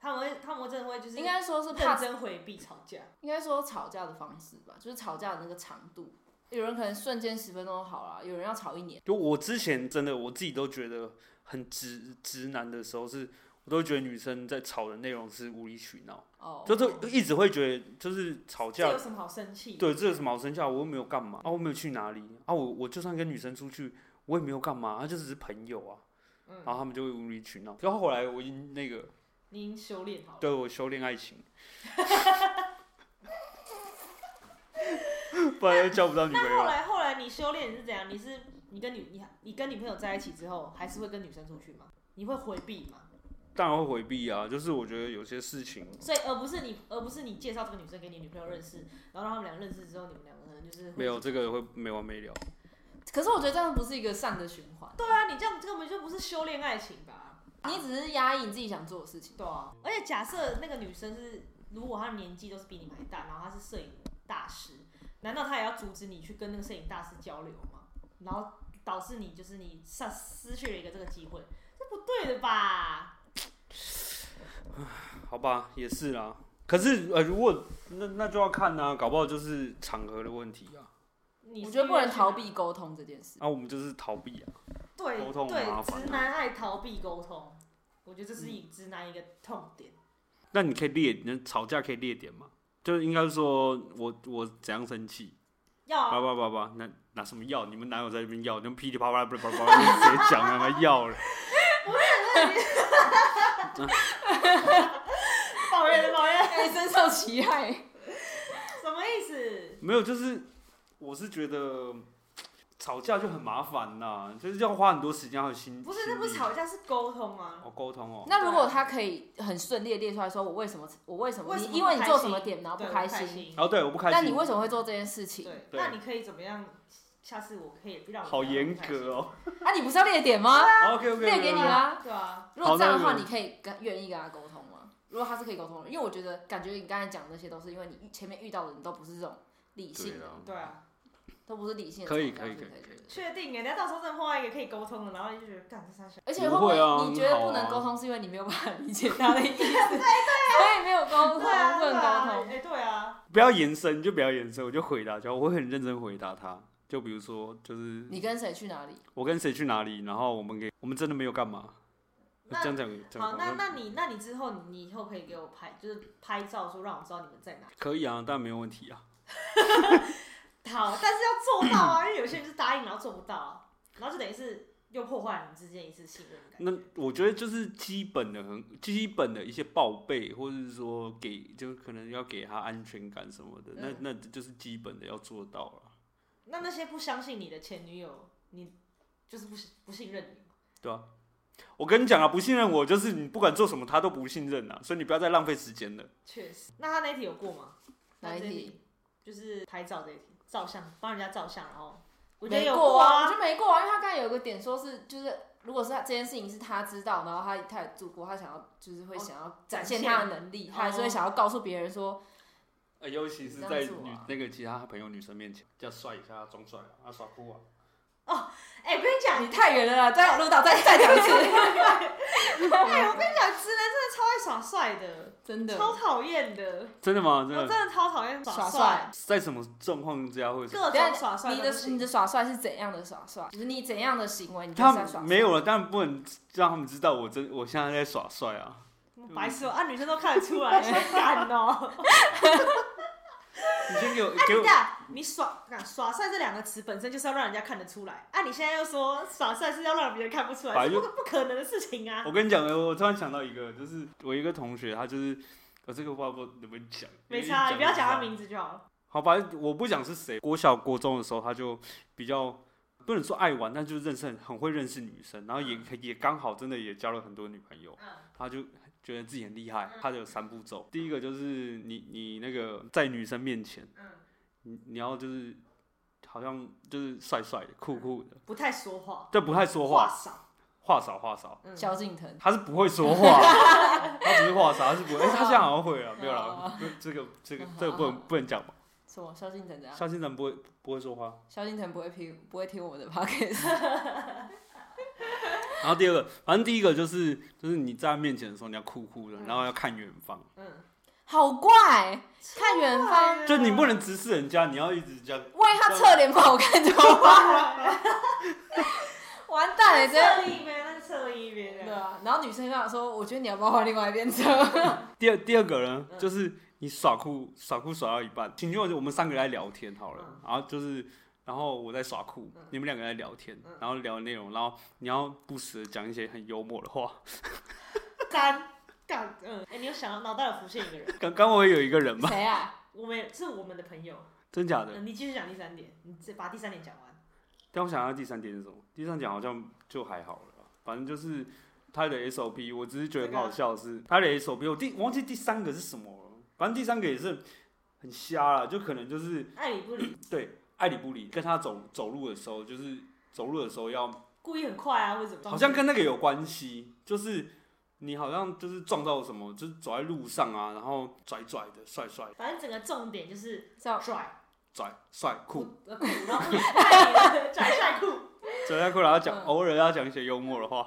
Speaker 5: 他们会，他们真的会就是
Speaker 3: 应该说是怕
Speaker 5: 认，真回避吵架。
Speaker 3: 应该说吵架的方式吧，就是吵架的那个长度。有人可能瞬间十分钟好了，有人要吵一年。
Speaker 1: 就我之前真的我自己都觉得很直直男的时候是，我都觉得女生在吵的内容是无理取闹，
Speaker 3: 哦，
Speaker 1: 就是一直会觉得就是吵
Speaker 5: 这
Speaker 1: 架
Speaker 5: 有，什么好生气？
Speaker 1: 对，这有什么好生气啊？我又没有干嘛啊，我没有去哪里啊，我我就算跟女生出去，我也没有干嘛，啊，就只是朋友啊，
Speaker 5: 嗯，
Speaker 1: 然后他们就会无理取闹。然后后来我已经那个
Speaker 5: 你已经修炼好了。
Speaker 1: 对我修炼爱情， 不然又交不到女朋
Speaker 5: 那后
Speaker 1: 友。
Speaker 3: 啊
Speaker 5: 来，后来你修炼是怎样？你是你跟女你你跟女朋友在一起之后，还是会跟女生出去吗？你会回避吗？
Speaker 1: 当然会回避啊，就是我觉得有些事情
Speaker 5: 所以而不是你，而不是你介绍这个女生给你女朋友认识，然后让他们俩认识之后，你们两个可能就是会
Speaker 1: 没有这个会没完没了。
Speaker 3: 可是我觉得这样不是一个善的循环。
Speaker 5: 对啊，你这样根本就不是修炼爱情吧？
Speaker 3: 你只是压抑你自己想做的事情。
Speaker 5: 对啊，而且假设那个女生是，如果她年纪都是比你们还大，然后她是摄影大师，难道她也要阻止你去跟那个摄影大师交流吗？然后导致你就是你上失去了一个这个机会，这不对的吧？
Speaker 1: 好吧，也是啦。可是呃，如果那那就要看啊，搞不好就是场合的问题啊。
Speaker 5: 你
Speaker 3: 我
Speaker 5: 是
Speaker 3: 觉得不能
Speaker 5: 越去
Speaker 3: 逃避沟通这件事。
Speaker 1: 啊，我们就是逃避啊。
Speaker 5: 对
Speaker 1: 沟通麻烦
Speaker 5: 对，
Speaker 1: 啊嗯
Speaker 5: 直男爱逃避沟通，我觉得这是一直男一个痛点。
Speaker 1: 那你可以列，那吵架可以列点吗？就是应该说我我怎样生气，
Speaker 5: 要啊
Speaker 1: 叭叭叭叭，那拿什么药？你们哪有在那边药？你们噼里啪啦啪啪啪啪，直接讲他妈药了。
Speaker 5: 抱怨的抱怨，
Speaker 3: 哎，深受其害。
Speaker 5: 什么意思？
Speaker 1: 没有，就是我是觉得吵架就很麻烦呐，就是要花很多时间和心。
Speaker 5: 不是，那不是
Speaker 1: 心力
Speaker 5: 吵架，是沟通啊。
Speaker 1: 哦，沟通哦。
Speaker 3: 那如果他可以很顺利的列出来说，我为什么我为什么
Speaker 5: 为
Speaker 3: 你
Speaker 5: 什么
Speaker 3: 因为你
Speaker 5: 不开
Speaker 3: 做
Speaker 5: 心
Speaker 3: 什么点然后
Speaker 5: 对
Speaker 3: 不
Speaker 5: 不
Speaker 3: 开
Speaker 5: 开
Speaker 3: 心，
Speaker 1: 哦，对，我不开
Speaker 3: 那
Speaker 1: 心。
Speaker 3: 你为什么会做这件事情？
Speaker 5: 对，
Speaker 1: 对
Speaker 5: 那你可以怎么样？下次我可以让我
Speaker 1: 好严格哦。
Speaker 3: 啊，你不是要列点吗？
Speaker 1: OK OK。
Speaker 3: 列给你
Speaker 5: 对
Speaker 3: 啦。
Speaker 5: 啊。对啊，
Speaker 3: 如果这样的
Speaker 1: 好
Speaker 3: 话，
Speaker 1: 那个
Speaker 3: 你可以跟愿意跟他沟通吗？如果他是可以沟通的，因为我觉得感觉你刚才讲的那些都是因为你前面遇到的人都不是这种理性的，
Speaker 5: 对啊，
Speaker 3: 都不是理性的
Speaker 1: 可以
Speaker 3: 吵架
Speaker 1: 可以可
Speaker 3: 所
Speaker 1: 以
Speaker 3: 才觉得
Speaker 5: 确定耶，人家到时候真的碰到一个可以沟通的，然后你就觉得干这三小，
Speaker 3: 而且会
Speaker 1: 不会啊
Speaker 3: 会你觉得不能
Speaker 1: 很好啊
Speaker 3: 沟通，是因为你没有办法理解他的意思，所以没有沟通，
Speaker 5: 对啊，
Speaker 3: 不
Speaker 5: 对
Speaker 3: 能
Speaker 5: 啊，
Speaker 3: 沟通。
Speaker 5: 哎，对啊，
Speaker 1: 不要延伸，就不要延伸，我就回答就好，我会很认真回答他。就比如说，就是
Speaker 3: 你跟谁去哪里？
Speaker 1: 我跟谁去哪里，然后我们给我们真的没有干嘛，
Speaker 5: 那
Speaker 1: 这样讲讲
Speaker 5: 好，那
Speaker 1: 好像
Speaker 5: 那你那你之后你以后可以给我拍，就是拍照说让我知道你们在哪。
Speaker 1: 可以啊，但没有问题啊。
Speaker 5: 好，但是要做到啊，因为有些人就是答应然后做不到啊，然后就等于是又破坏你们之间一次信任感。
Speaker 1: 那我觉得就是基本的很基本的一些报备，或者是说给，就可能要给他安全感什么的，
Speaker 5: 嗯
Speaker 1: 那那就是基本的要做到啊了，
Speaker 5: 那那些不相信你的前女友，你就是不信不信任你。
Speaker 1: 对啊。我跟你讲啊，不信任我就是你不管做什么他都不信任啊，所以你不要再浪费时间了。
Speaker 5: 确实，那他那一题有过吗？
Speaker 3: 哪一
Speaker 5: 那这
Speaker 3: 题？
Speaker 5: 就是拍照这一题，照相，帮人家照相，然后我觉得
Speaker 3: 没
Speaker 5: 有
Speaker 3: 过
Speaker 5: 啊，
Speaker 3: 我就没过啊，因为他刚才有一个点说是，就是如果是他这件事情是他知道，然后他他也做过，他想要就是会
Speaker 5: 哦
Speaker 3: 想要
Speaker 5: 展
Speaker 3: 展现
Speaker 5: 现
Speaker 3: 他的能力，他还是会
Speaker 5: 哦
Speaker 3: 想要告诉别人说，
Speaker 1: 呃，尤其是
Speaker 3: 这样
Speaker 1: 在
Speaker 3: 做
Speaker 1: 女
Speaker 3: 啊
Speaker 1: 那个其他朋友女生面前，要帅一下，装帅啊，啊耍酷啊。
Speaker 5: 哎、我跟你讲，
Speaker 3: 你太远了啦，再录到再 再讲一次，
Speaker 5: 哎、我跟你讲，直男真的超爱耍帅的，
Speaker 3: 啊真的。
Speaker 5: 超讨厌的，
Speaker 1: 真的吗？真
Speaker 5: 我真
Speaker 1: 的，
Speaker 5: 的超讨厌
Speaker 3: 耍
Speaker 5: 帅
Speaker 3: 帅，
Speaker 1: 在什么状况之下会？
Speaker 5: 各
Speaker 3: 等一
Speaker 5: 种
Speaker 3: 下
Speaker 5: 耍帅
Speaker 3: 你
Speaker 5: 都
Speaker 3: 的
Speaker 5: 不行
Speaker 3: 你的耍帅是怎样的耍帅？就是你怎样的行为，你就是在
Speaker 1: 他
Speaker 3: 耍帅。
Speaker 1: 没有了，但不能让他们知道我真我现在在耍帅啊。
Speaker 5: 白痴哦、啊，女生都看得出 来，真敢哦。
Speaker 1: 你先 给我
Speaker 5: 哎，
Speaker 1: 给
Speaker 5: 等
Speaker 1: 我
Speaker 5: 一，下，你耍耍帅这两个词本身就是要让人家看得出来，啊，你现在又说耍帅是要让别人看不出来，
Speaker 1: 反
Speaker 5: 这
Speaker 1: 正
Speaker 5: 不不可能的事情啊。
Speaker 1: 我跟你讲，我突然想到一个，就是我一个同学，他就是我这个话不知道能不能讲，
Speaker 5: 没差，你不要讲他
Speaker 1: 字。
Speaker 5: 名字就好了。
Speaker 1: 好吧，我不讲是谁。国小国中的时候，他就比较不能说爱玩，但就是认识很很会认识女生，然后也也刚好真的也交了很多女朋友，他就觉得自己很厉害。他就有三步骤，第一个就是你你那个在女生面前，你你要就是好像就是帅帅的、酷酷的，
Speaker 5: 不太说话，
Speaker 1: 但不太说
Speaker 5: 话
Speaker 1: 话，
Speaker 5: 少，
Speaker 1: 话少话少。
Speaker 5: 嗯
Speaker 3: 萧敬腾，
Speaker 1: 他是不会说话，他不是话少，他是不会。哎、他现在好像会了，没有了。不这个这个这个不能不能讲吧？
Speaker 3: 什么？萧敬腾 怎样？
Speaker 1: 萧敬腾不会不会说话。
Speaker 3: 萧敬腾不会听，不会听我们的 podcast。
Speaker 1: 然后第二个，反正第一个就是就是你在他面前的时候，你要酷酷的，
Speaker 5: 嗯
Speaker 1: 然后要看远方，
Speaker 5: 嗯，
Speaker 3: 好怪，看远方，
Speaker 1: 就你不能直视人家，你要一直这样。
Speaker 3: 万一他侧脸不好看怎么办？完蛋了，直接
Speaker 5: 侧一边，那侧一边
Speaker 3: 对
Speaker 5: 的。
Speaker 3: 啊。然后女生就想说，我觉得你要不要换另外一边车？
Speaker 1: 第二第二个呢，
Speaker 5: 嗯
Speaker 1: 就是你耍酷耍酷耍到一半，请就我们三个在聊天好了
Speaker 5: 嗯，
Speaker 1: 然后就是然后我在耍酷
Speaker 5: 嗯，
Speaker 1: 你们两个在聊天
Speaker 5: 嗯，
Speaker 1: 然后聊的内容，然后你要不时地讲一些很幽默的话。
Speaker 5: 干干，嗯，哎、你有想到脑袋有浮现一个人，
Speaker 1: 刚刚我也有一个人嘛，
Speaker 3: 谁 啊？
Speaker 5: 我们也是我们的朋友，
Speaker 1: 真假的？
Speaker 5: 嗯，你继续讲第三点，你再把第三点讲完。
Speaker 1: 但我想要第三点是什么？第三点好像就还好了吧，反正就是他的 SOP，我只是觉得很好笑的是他的 SOP，我第我忘记第三个是什么了，反正第三个也是很瞎了，就可能就是
Speaker 5: 爱理不理，
Speaker 1: 对爱理不理，跟他走走路的时候，就是走路的时候要
Speaker 5: 故意很快啊，或者怎么样？
Speaker 1: 好像跟那个有关系，就是你好像就是撞到什么，就是走在路上啊，然后拽拽的、帅帅、
Speaker 5: 反正整个重点就是
Speaker 3: 叫
Speaker 5: 拽
Speaker 1: 拽帅酷，
Speaker 5: 呃酷，然后不理爱拽帅酷。
Speaker 1: 拽帅酷，然后讲
Speaker 3: 嗯
Speaker 1: 偶尔要讲一些幽默的话，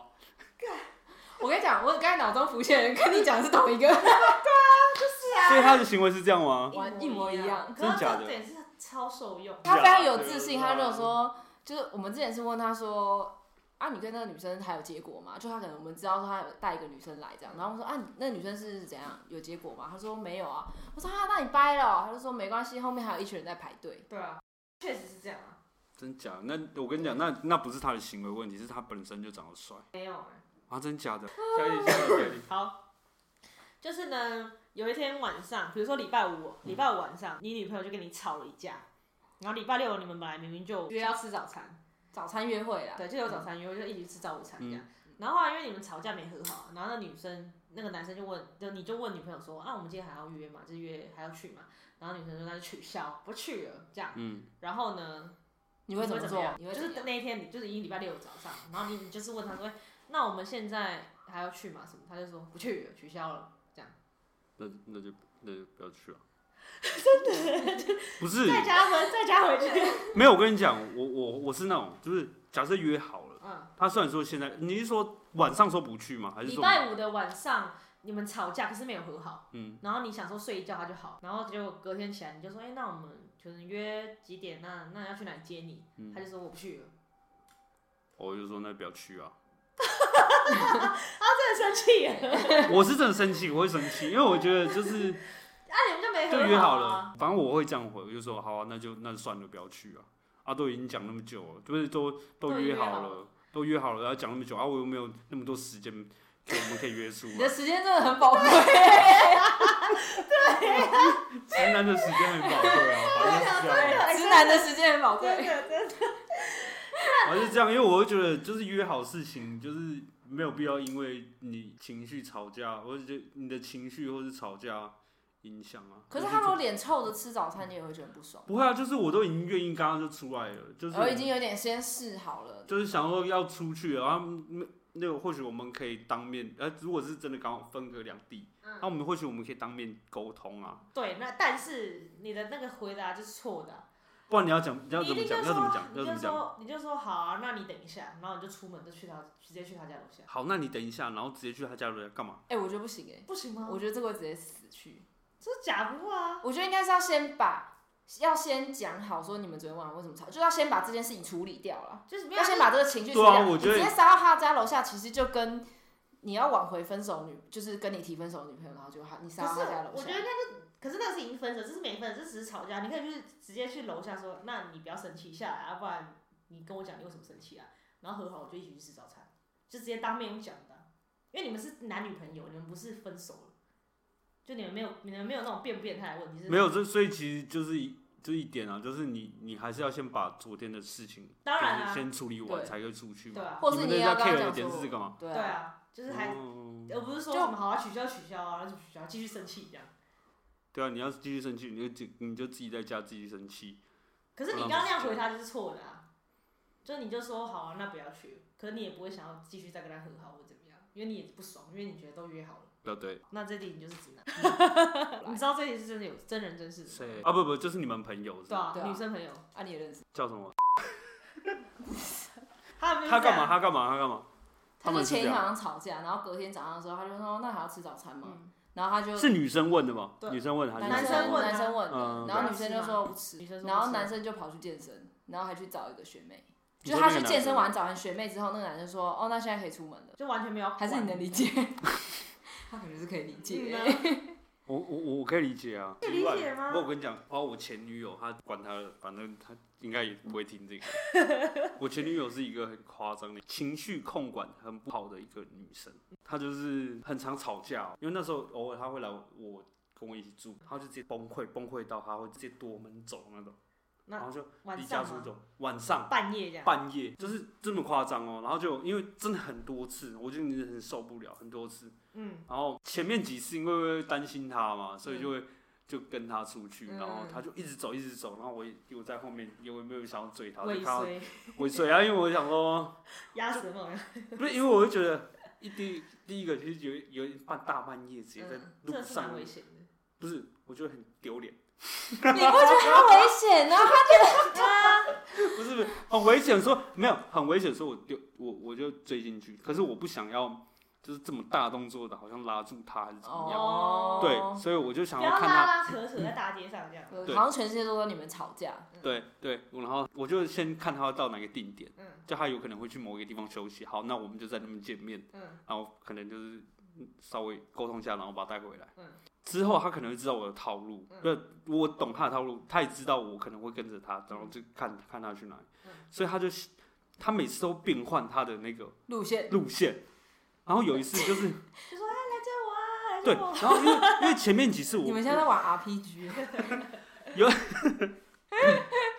Speaker 3: 我跟你讲，我刚才脑中浮现的人跟你讲的是同一个，
Speaker 1: 所以他的行为是这样吗？
Speaker 3: 完一模一样
Speaker 5: 可是
Speaker 1: 真假的
Speaker 5: 重点是超受用。
Speaker 1: 啊
Speaker 3: 他非常有自信，他就说，就是我们之前是问他说，啊，你跟那个女生还有结果吗？就他可能我们知道说他有带一个女生来这样，然后我说啊，你那女生是怎样有结果吗？他说没有啊。我说啊，那你掰了哦、他就说没关系，后面还有一群人在排队。
Speaker 5: 对啊，确实是这样啊，
Speaker 1: 真假？那我跟你讲，那那不是他的行为问题，是他本身就长得帅
Speaker 5: 没有欸
Speaker 1: 啊！真假的？下一题，下一题下一题，
Speaker 5: 好，就是呢，有一天晚上，比如说礼拜五，礼拜五晚上，你女朋友就跟你吵了一架，然后礼拜六你们本来明明就约要吃早餐，嗯
Speaker 3: 早餐约会啦，
Speaker 5: 对，就有早餐约会，就一起吃早午餐这样。然后后来因为你们吵架没和好，然后那女生那个男生就问，就你就问女朋友说，啊，我们今天还要约吗？就是约还要去吗？然后女生说那就取消，不去了这样。
Speaker 1: 嗯，
Speaker 5: 然后呢，
Speaker 3: 你会怎么做
Speaker 5: 样？？
Speaker 3: 你会
Speaker 5: 就
Speaker 3: 怎么
Speaker 5: 是
Speaker 3: 样？
Speaker 5: 那一天，你就是已经礼拜六早上，然后你你就是问他说，哎那我们现在还要去吗？什么？他就说不去了，取消了。
Speaker 1: 那那就那就不要去了。 真的？不是，
Speaker 5: 再加回，再加回 去。
Speaker 1: 没有。我跟你讲，我我我是那种，就是假设约好了，
Speaker 5: 嗯，
Speaker 1: 他虽然说现在，你是说晚上说不去吗？还是
Speaker 5: 礼
Speaker 1: 说
Speaker 5: 拜五的晚上你们吵架，可是没有和好，
Speaker 1: 嗯，
Speaker 5: 然后你想说睡一觉他就好，然后就隔天起来你就说，哎、那我们就是约几点？那那要去哪里接你？
Speaker 1: 嗯
Speaker 5: 他就说我不去了，
Speaker 1: 我就说那不要去啊。
Speaker 5: 真的生气耶。
Speaker 1: 我是真的生气，我会生气，因为我觉得就是
Speaker 5: 啊，你们就没和
Speaker 1: 就约
Speaker 5: 好
Speaker 1: 好
Speaker 5: 啊。
Speaker 1: 了，反正我会这样回，我就说好啊，那就那就算了，不要去啊。啊，都已经讲那么久了，就是都
Speaker 5: 都
Speaker 1: 都
Speaker 5: 约
Speaker 1: 约
Speaker 5: 好
Speaker 1: 好了，都约好了，然后讲那么久啊，我又没有那么多时间，就我们可以约束
Speaker 3: 你
Speaker 1: 啊
Speaker 3: 的。时间真的很宝贵。
Speaker 1: 直男的时间很宝贵 啊，反正是这样。
Speaker 3: 直男的时间很宝贵，
Speaker 1: 我是这样，因为我会觉得就是约好事情，就是没有必要因为你情绪吵架，或者就你的情绪或是吵架影响啊。
Speaker 3: 可是
Speaker 1: 我
Speaker 3: 他
Speaker 1: 就
Speaker 3: 如
Speaker 1: 觉
Speaker 3: 果
Speaker 1: 得
Speaker 3: 脸臭着吃早餐，你也会觉得不爽。
Speaker 1: 不会啊，就是我都已经愿意刚刚就出来了，就是
Speaker 3: 哦我已经有点先试好了，
Speaker 1: 就是想说要出去了，然后没那个或许我们可以当面，呃，如果是真的刚好分隔两地，那、我们或许我们可以当面沟通啊，
Speaker 5: 对，那但是你的那个回答就是错的啊、
Speaker 1: 不然你要讲你要
Speaker 5: 你一
Speaker 1: 怎么
Speaker 5: 定
Speaker 1: 讲，
Speaker 5: 就
Speaker 1: 要
Speaker 5: 说，
Speaker 1: 怎么讲，要
Speaker 5: 你
Speaker 1: 怎
Speaker 5: 就
Speaker 1: 么讲。
Speaker 5: 说，你就说好啊，那你等一下，然后你就出门就去他，直接去他家楼下，
Speaker 1: 好，那你等一下，然后直接去他家楼下干嘛？
Speaker 3: 哎、我觉得不行哎、
Speaker 5: 不行吗？
Speaker 3: 我觉得这个会直接死去。
Speaker 5: 这是假不啊。
Speaker 3: 我觉得应该是要先把，要先讲好说你们昨天晚上为什么吵，就要先把这件事情处理掉了，
Speaker 5: 就是没有
Speaker 3: 要先把这个情绪处
Speaker 1: 对
Speaker 3: 理
Speaker 1: 啊
Speaker 3: 掉。
Speaker 1: 我
Speaker 3: 你
Speaker 1: 觉得
Speaker 3: 直接杀到他家楼下，其实就跟你要挽回分手女，就是跟你提分手的女朋友，然后就他你杀
Speaker 5: 可
Speaker 3: 到
Speaker 5: 是
Speaker 3: 他家楼
Speaker 5: 我
Speaker 3: 下
Speaker 5: 觉得。那个，可是那个是已经分手，这是没分手，这只是吵架。你可以就是直接去楼下说，那你不要生气下来啊，不然你跟我讲你为什么生气啊，然后和好我就一起去吃早餐，就直接当面讲的啊。因为你们是男女朋友，你们不是分手了，就你们没有你们没有那种变不变态的问题，是
Speaker 1: 没有，。这所以其实就是一就一点啊，就是你你还是要先把昨天的事情，
Speaker 5: 当然啊
Speaker 1: 就是先处理完
Speaker 3: 对
Speaker 1: 才可以出去
Speaker 5: 对
Speaker 1: 嘛。
Speaker 5: 啊，
Speaker 3: 或是
Speaker 1: 你们
Speaker 3: 也要
Speaker 1: 那家
Speaker 3: 跟他
Speaker 1: care 的
Speaker 3: 讲
Speaker 1: 点是
Speaker 3: 说，
Speaker 1: 干嘛？
Speaker 3: 对
Speaker 5: 对
Speaker 3: 啊，
Speaker 5: 啊，就是还
Speaker 1: 哦
Speaker 5: 而不是说
Speaker 3: 就
Speaker 5: 什么好啊，取消取消啊，那就取消，继续生气这样。
Speaker 1: 对啊，你要是继续生气，你就自你就自己在家继续生气。
Speaker 5: 可是你
Speaker 1: 我
Speaker 5: 刚
Speaker 1: 让
Speaker 5: 刚
Speaker 1: 他
Speaker 5: 那样
Speaker 1: 去
Speaker 5: 回他就是错的啊，就你就说好啊，那不要去，可是你也不会想要继续再跟他和好或怎么样，因为你也不爽，因为你觉得都约好了。
Speaker 1: 对不对，
Speaker 5: 那这题你就是直男，
Speaker 3: 嗯
Speaker 5: 你知道这题是真的有真人真事的吗，
Speaker 1: 谁啊？不不，就是你们朋友是
Speaker 5: 对
Speaker 1: 吧？
Speaker 5: 啊，
Speaker 3: 对啊
Speaker 5: 女生朋友，
Speaker 3: 啊你也认识，
Speaker 1: 叫什么？
Speaker 5: 他们就是
Speaker 1: 他干嘛？
Speaker 5: 这样？
Speaker 1: 他干嘛？他干嘛？他
Speaker 3: 他就
Speaker 1: 们是
Speaker 3: 前一
Speaker 1: 这
Speaker 3: 天
Speaker 1: 样
Speaker 3: 晚上吵架，然后隔天早上的时候，他就说哦那还要吃早餐吗？
Speaker 5: 嗯
Speaker 3: 然后他就是
Speaker 1: 女生问的吗
Speaker 5: 对？
Speaker 1: 女生问的还是
Speaker 5: 男
Speaker 3: 男
Speaker 5: 生问啊
Speaker 3: 男生问的，
Speaker 1: 嗯
Speaker 3: 然后女生就说不吃
Speaker 5: 女生说不吃，
Speaker 3: 然后男生就跑去健身，然后还去找一个学妹，
Speaker 1: 你
Speaker 3: 就
Speaker 1: 说
Speaker 3: 是他
Speaker 1: 那个
Speaker 3: 去
Speaker 1: 男
Speaker 3: 健
Speaker 1: 生
Speaker 3: 身
Speaker 1: 吗
Speaker 3: 完找完学妹之后，那个男生说哦，那现在可以出门了，
Speaker 5: 就完全没有管，
Speaker 3: 还是你能理解？ 他可能是可以理解，欸
Speaker 5: 嗯啊
Speaker 1: 我我我我可以理解啊，
Speaker 5: 可以理解吗
Speaker 1: 不过我跟你讲，包括我前女友，她管她的，反正她应该也不会听这个。 我前女友是一个很夸张的情绪控管很不好的一个女生，她就是很常吵架哦、因为那时候偶尔她会来我跟我一起住，她就直接崩溃，崩溃到她会直接夺门走那种，
Speaker 5: 那
Speaker 1: 然后就
Speaker 5: 晚
Speaker 1: 离家
Speaker 5: 上
Speaker 1: 出
Speaker 5: 吗？
Speaker 1: 走，晚上。
Speaker 5: 半夜这样，
Speaker 1: 半夜就是这么夸张哦，然后就因为真的很多次，我就已经很受不了很多次，
Speaker 5: 嗯，
Speaker 1: 然后前面几次因为会担心他嘛，所以就会、就跟他出去，
Speaker 3: 嗯
Speaker 1: 然后他就一直走一直走，然后我也我在后面有没有想要追他，就
Speaker 5: 尾
Speaker 1: 看到
Speaker 5: 随
Speaker 1: 尾随啊，因为我想说，
Speaker 5: 压死梦，
Speaker 1: 不是因为我就觉得一第第一个就是有有半大半夜直接在
Speaker 3: 嗯
Speaker 5: 真
Speaker 1: 路
Speaker 5: 的是蛮
Speaker 1: 上，
Speaker 5: 危险的。
Speaker 1: 不是我觉得很丢脸，
Speaker 3: 你不觉得他危险啊呢？
Speaker 1: 不是不是很危险，说没有很危险，说我丢我我就追进去，可是我不想要就是这么大动作的，好像拉住他还是怎么样。
Speaker 5: 哦
Speaker 1: 对，所以我就想
Speaker 5: 不
Speaker 1: 要
Speaker 5: 要
Speaker 1: 看
Speaker 5: 拉
Speaker 1: 他，
Speaker 5: 拉扯扯在大街上这样。
Speaker 3: 对
Speaker 1: 对
Speaker 3: 好像全世界都跟你们吵架，
Speaker 1: 对对，然后我就先看他到哪个定点，
Speaker 5: 嗯
Speaker 1: 就他有可能会去某一个地方休息，好，那我们就在那边见面，
Speaker 5: 嗯
Speaker 1: 然后可能就是稍微沟通一下，然后把他带回来。
Speaker 5: 嗯
Speaker 1: 之后他可能会知道我的套路，对、我懂他的套路，他也知道我可能会跟着他，然后就看看他去哪里，
Speaker 5: 嗯
Speaker 1: 所以他就他每次都变换他的那个
Speaker 3: 路线
Speaker 1: 路线，然后有一次就是
Speaker 5: 就说啊，来救我啊，来
Speaker 1: 对，
Speaker 5: 救
Speaker 1: 然
Speaker 5: 我！
Speaker 1: 后因为因为前面几次我
Speaker 3: 你们现在在玩 RPG，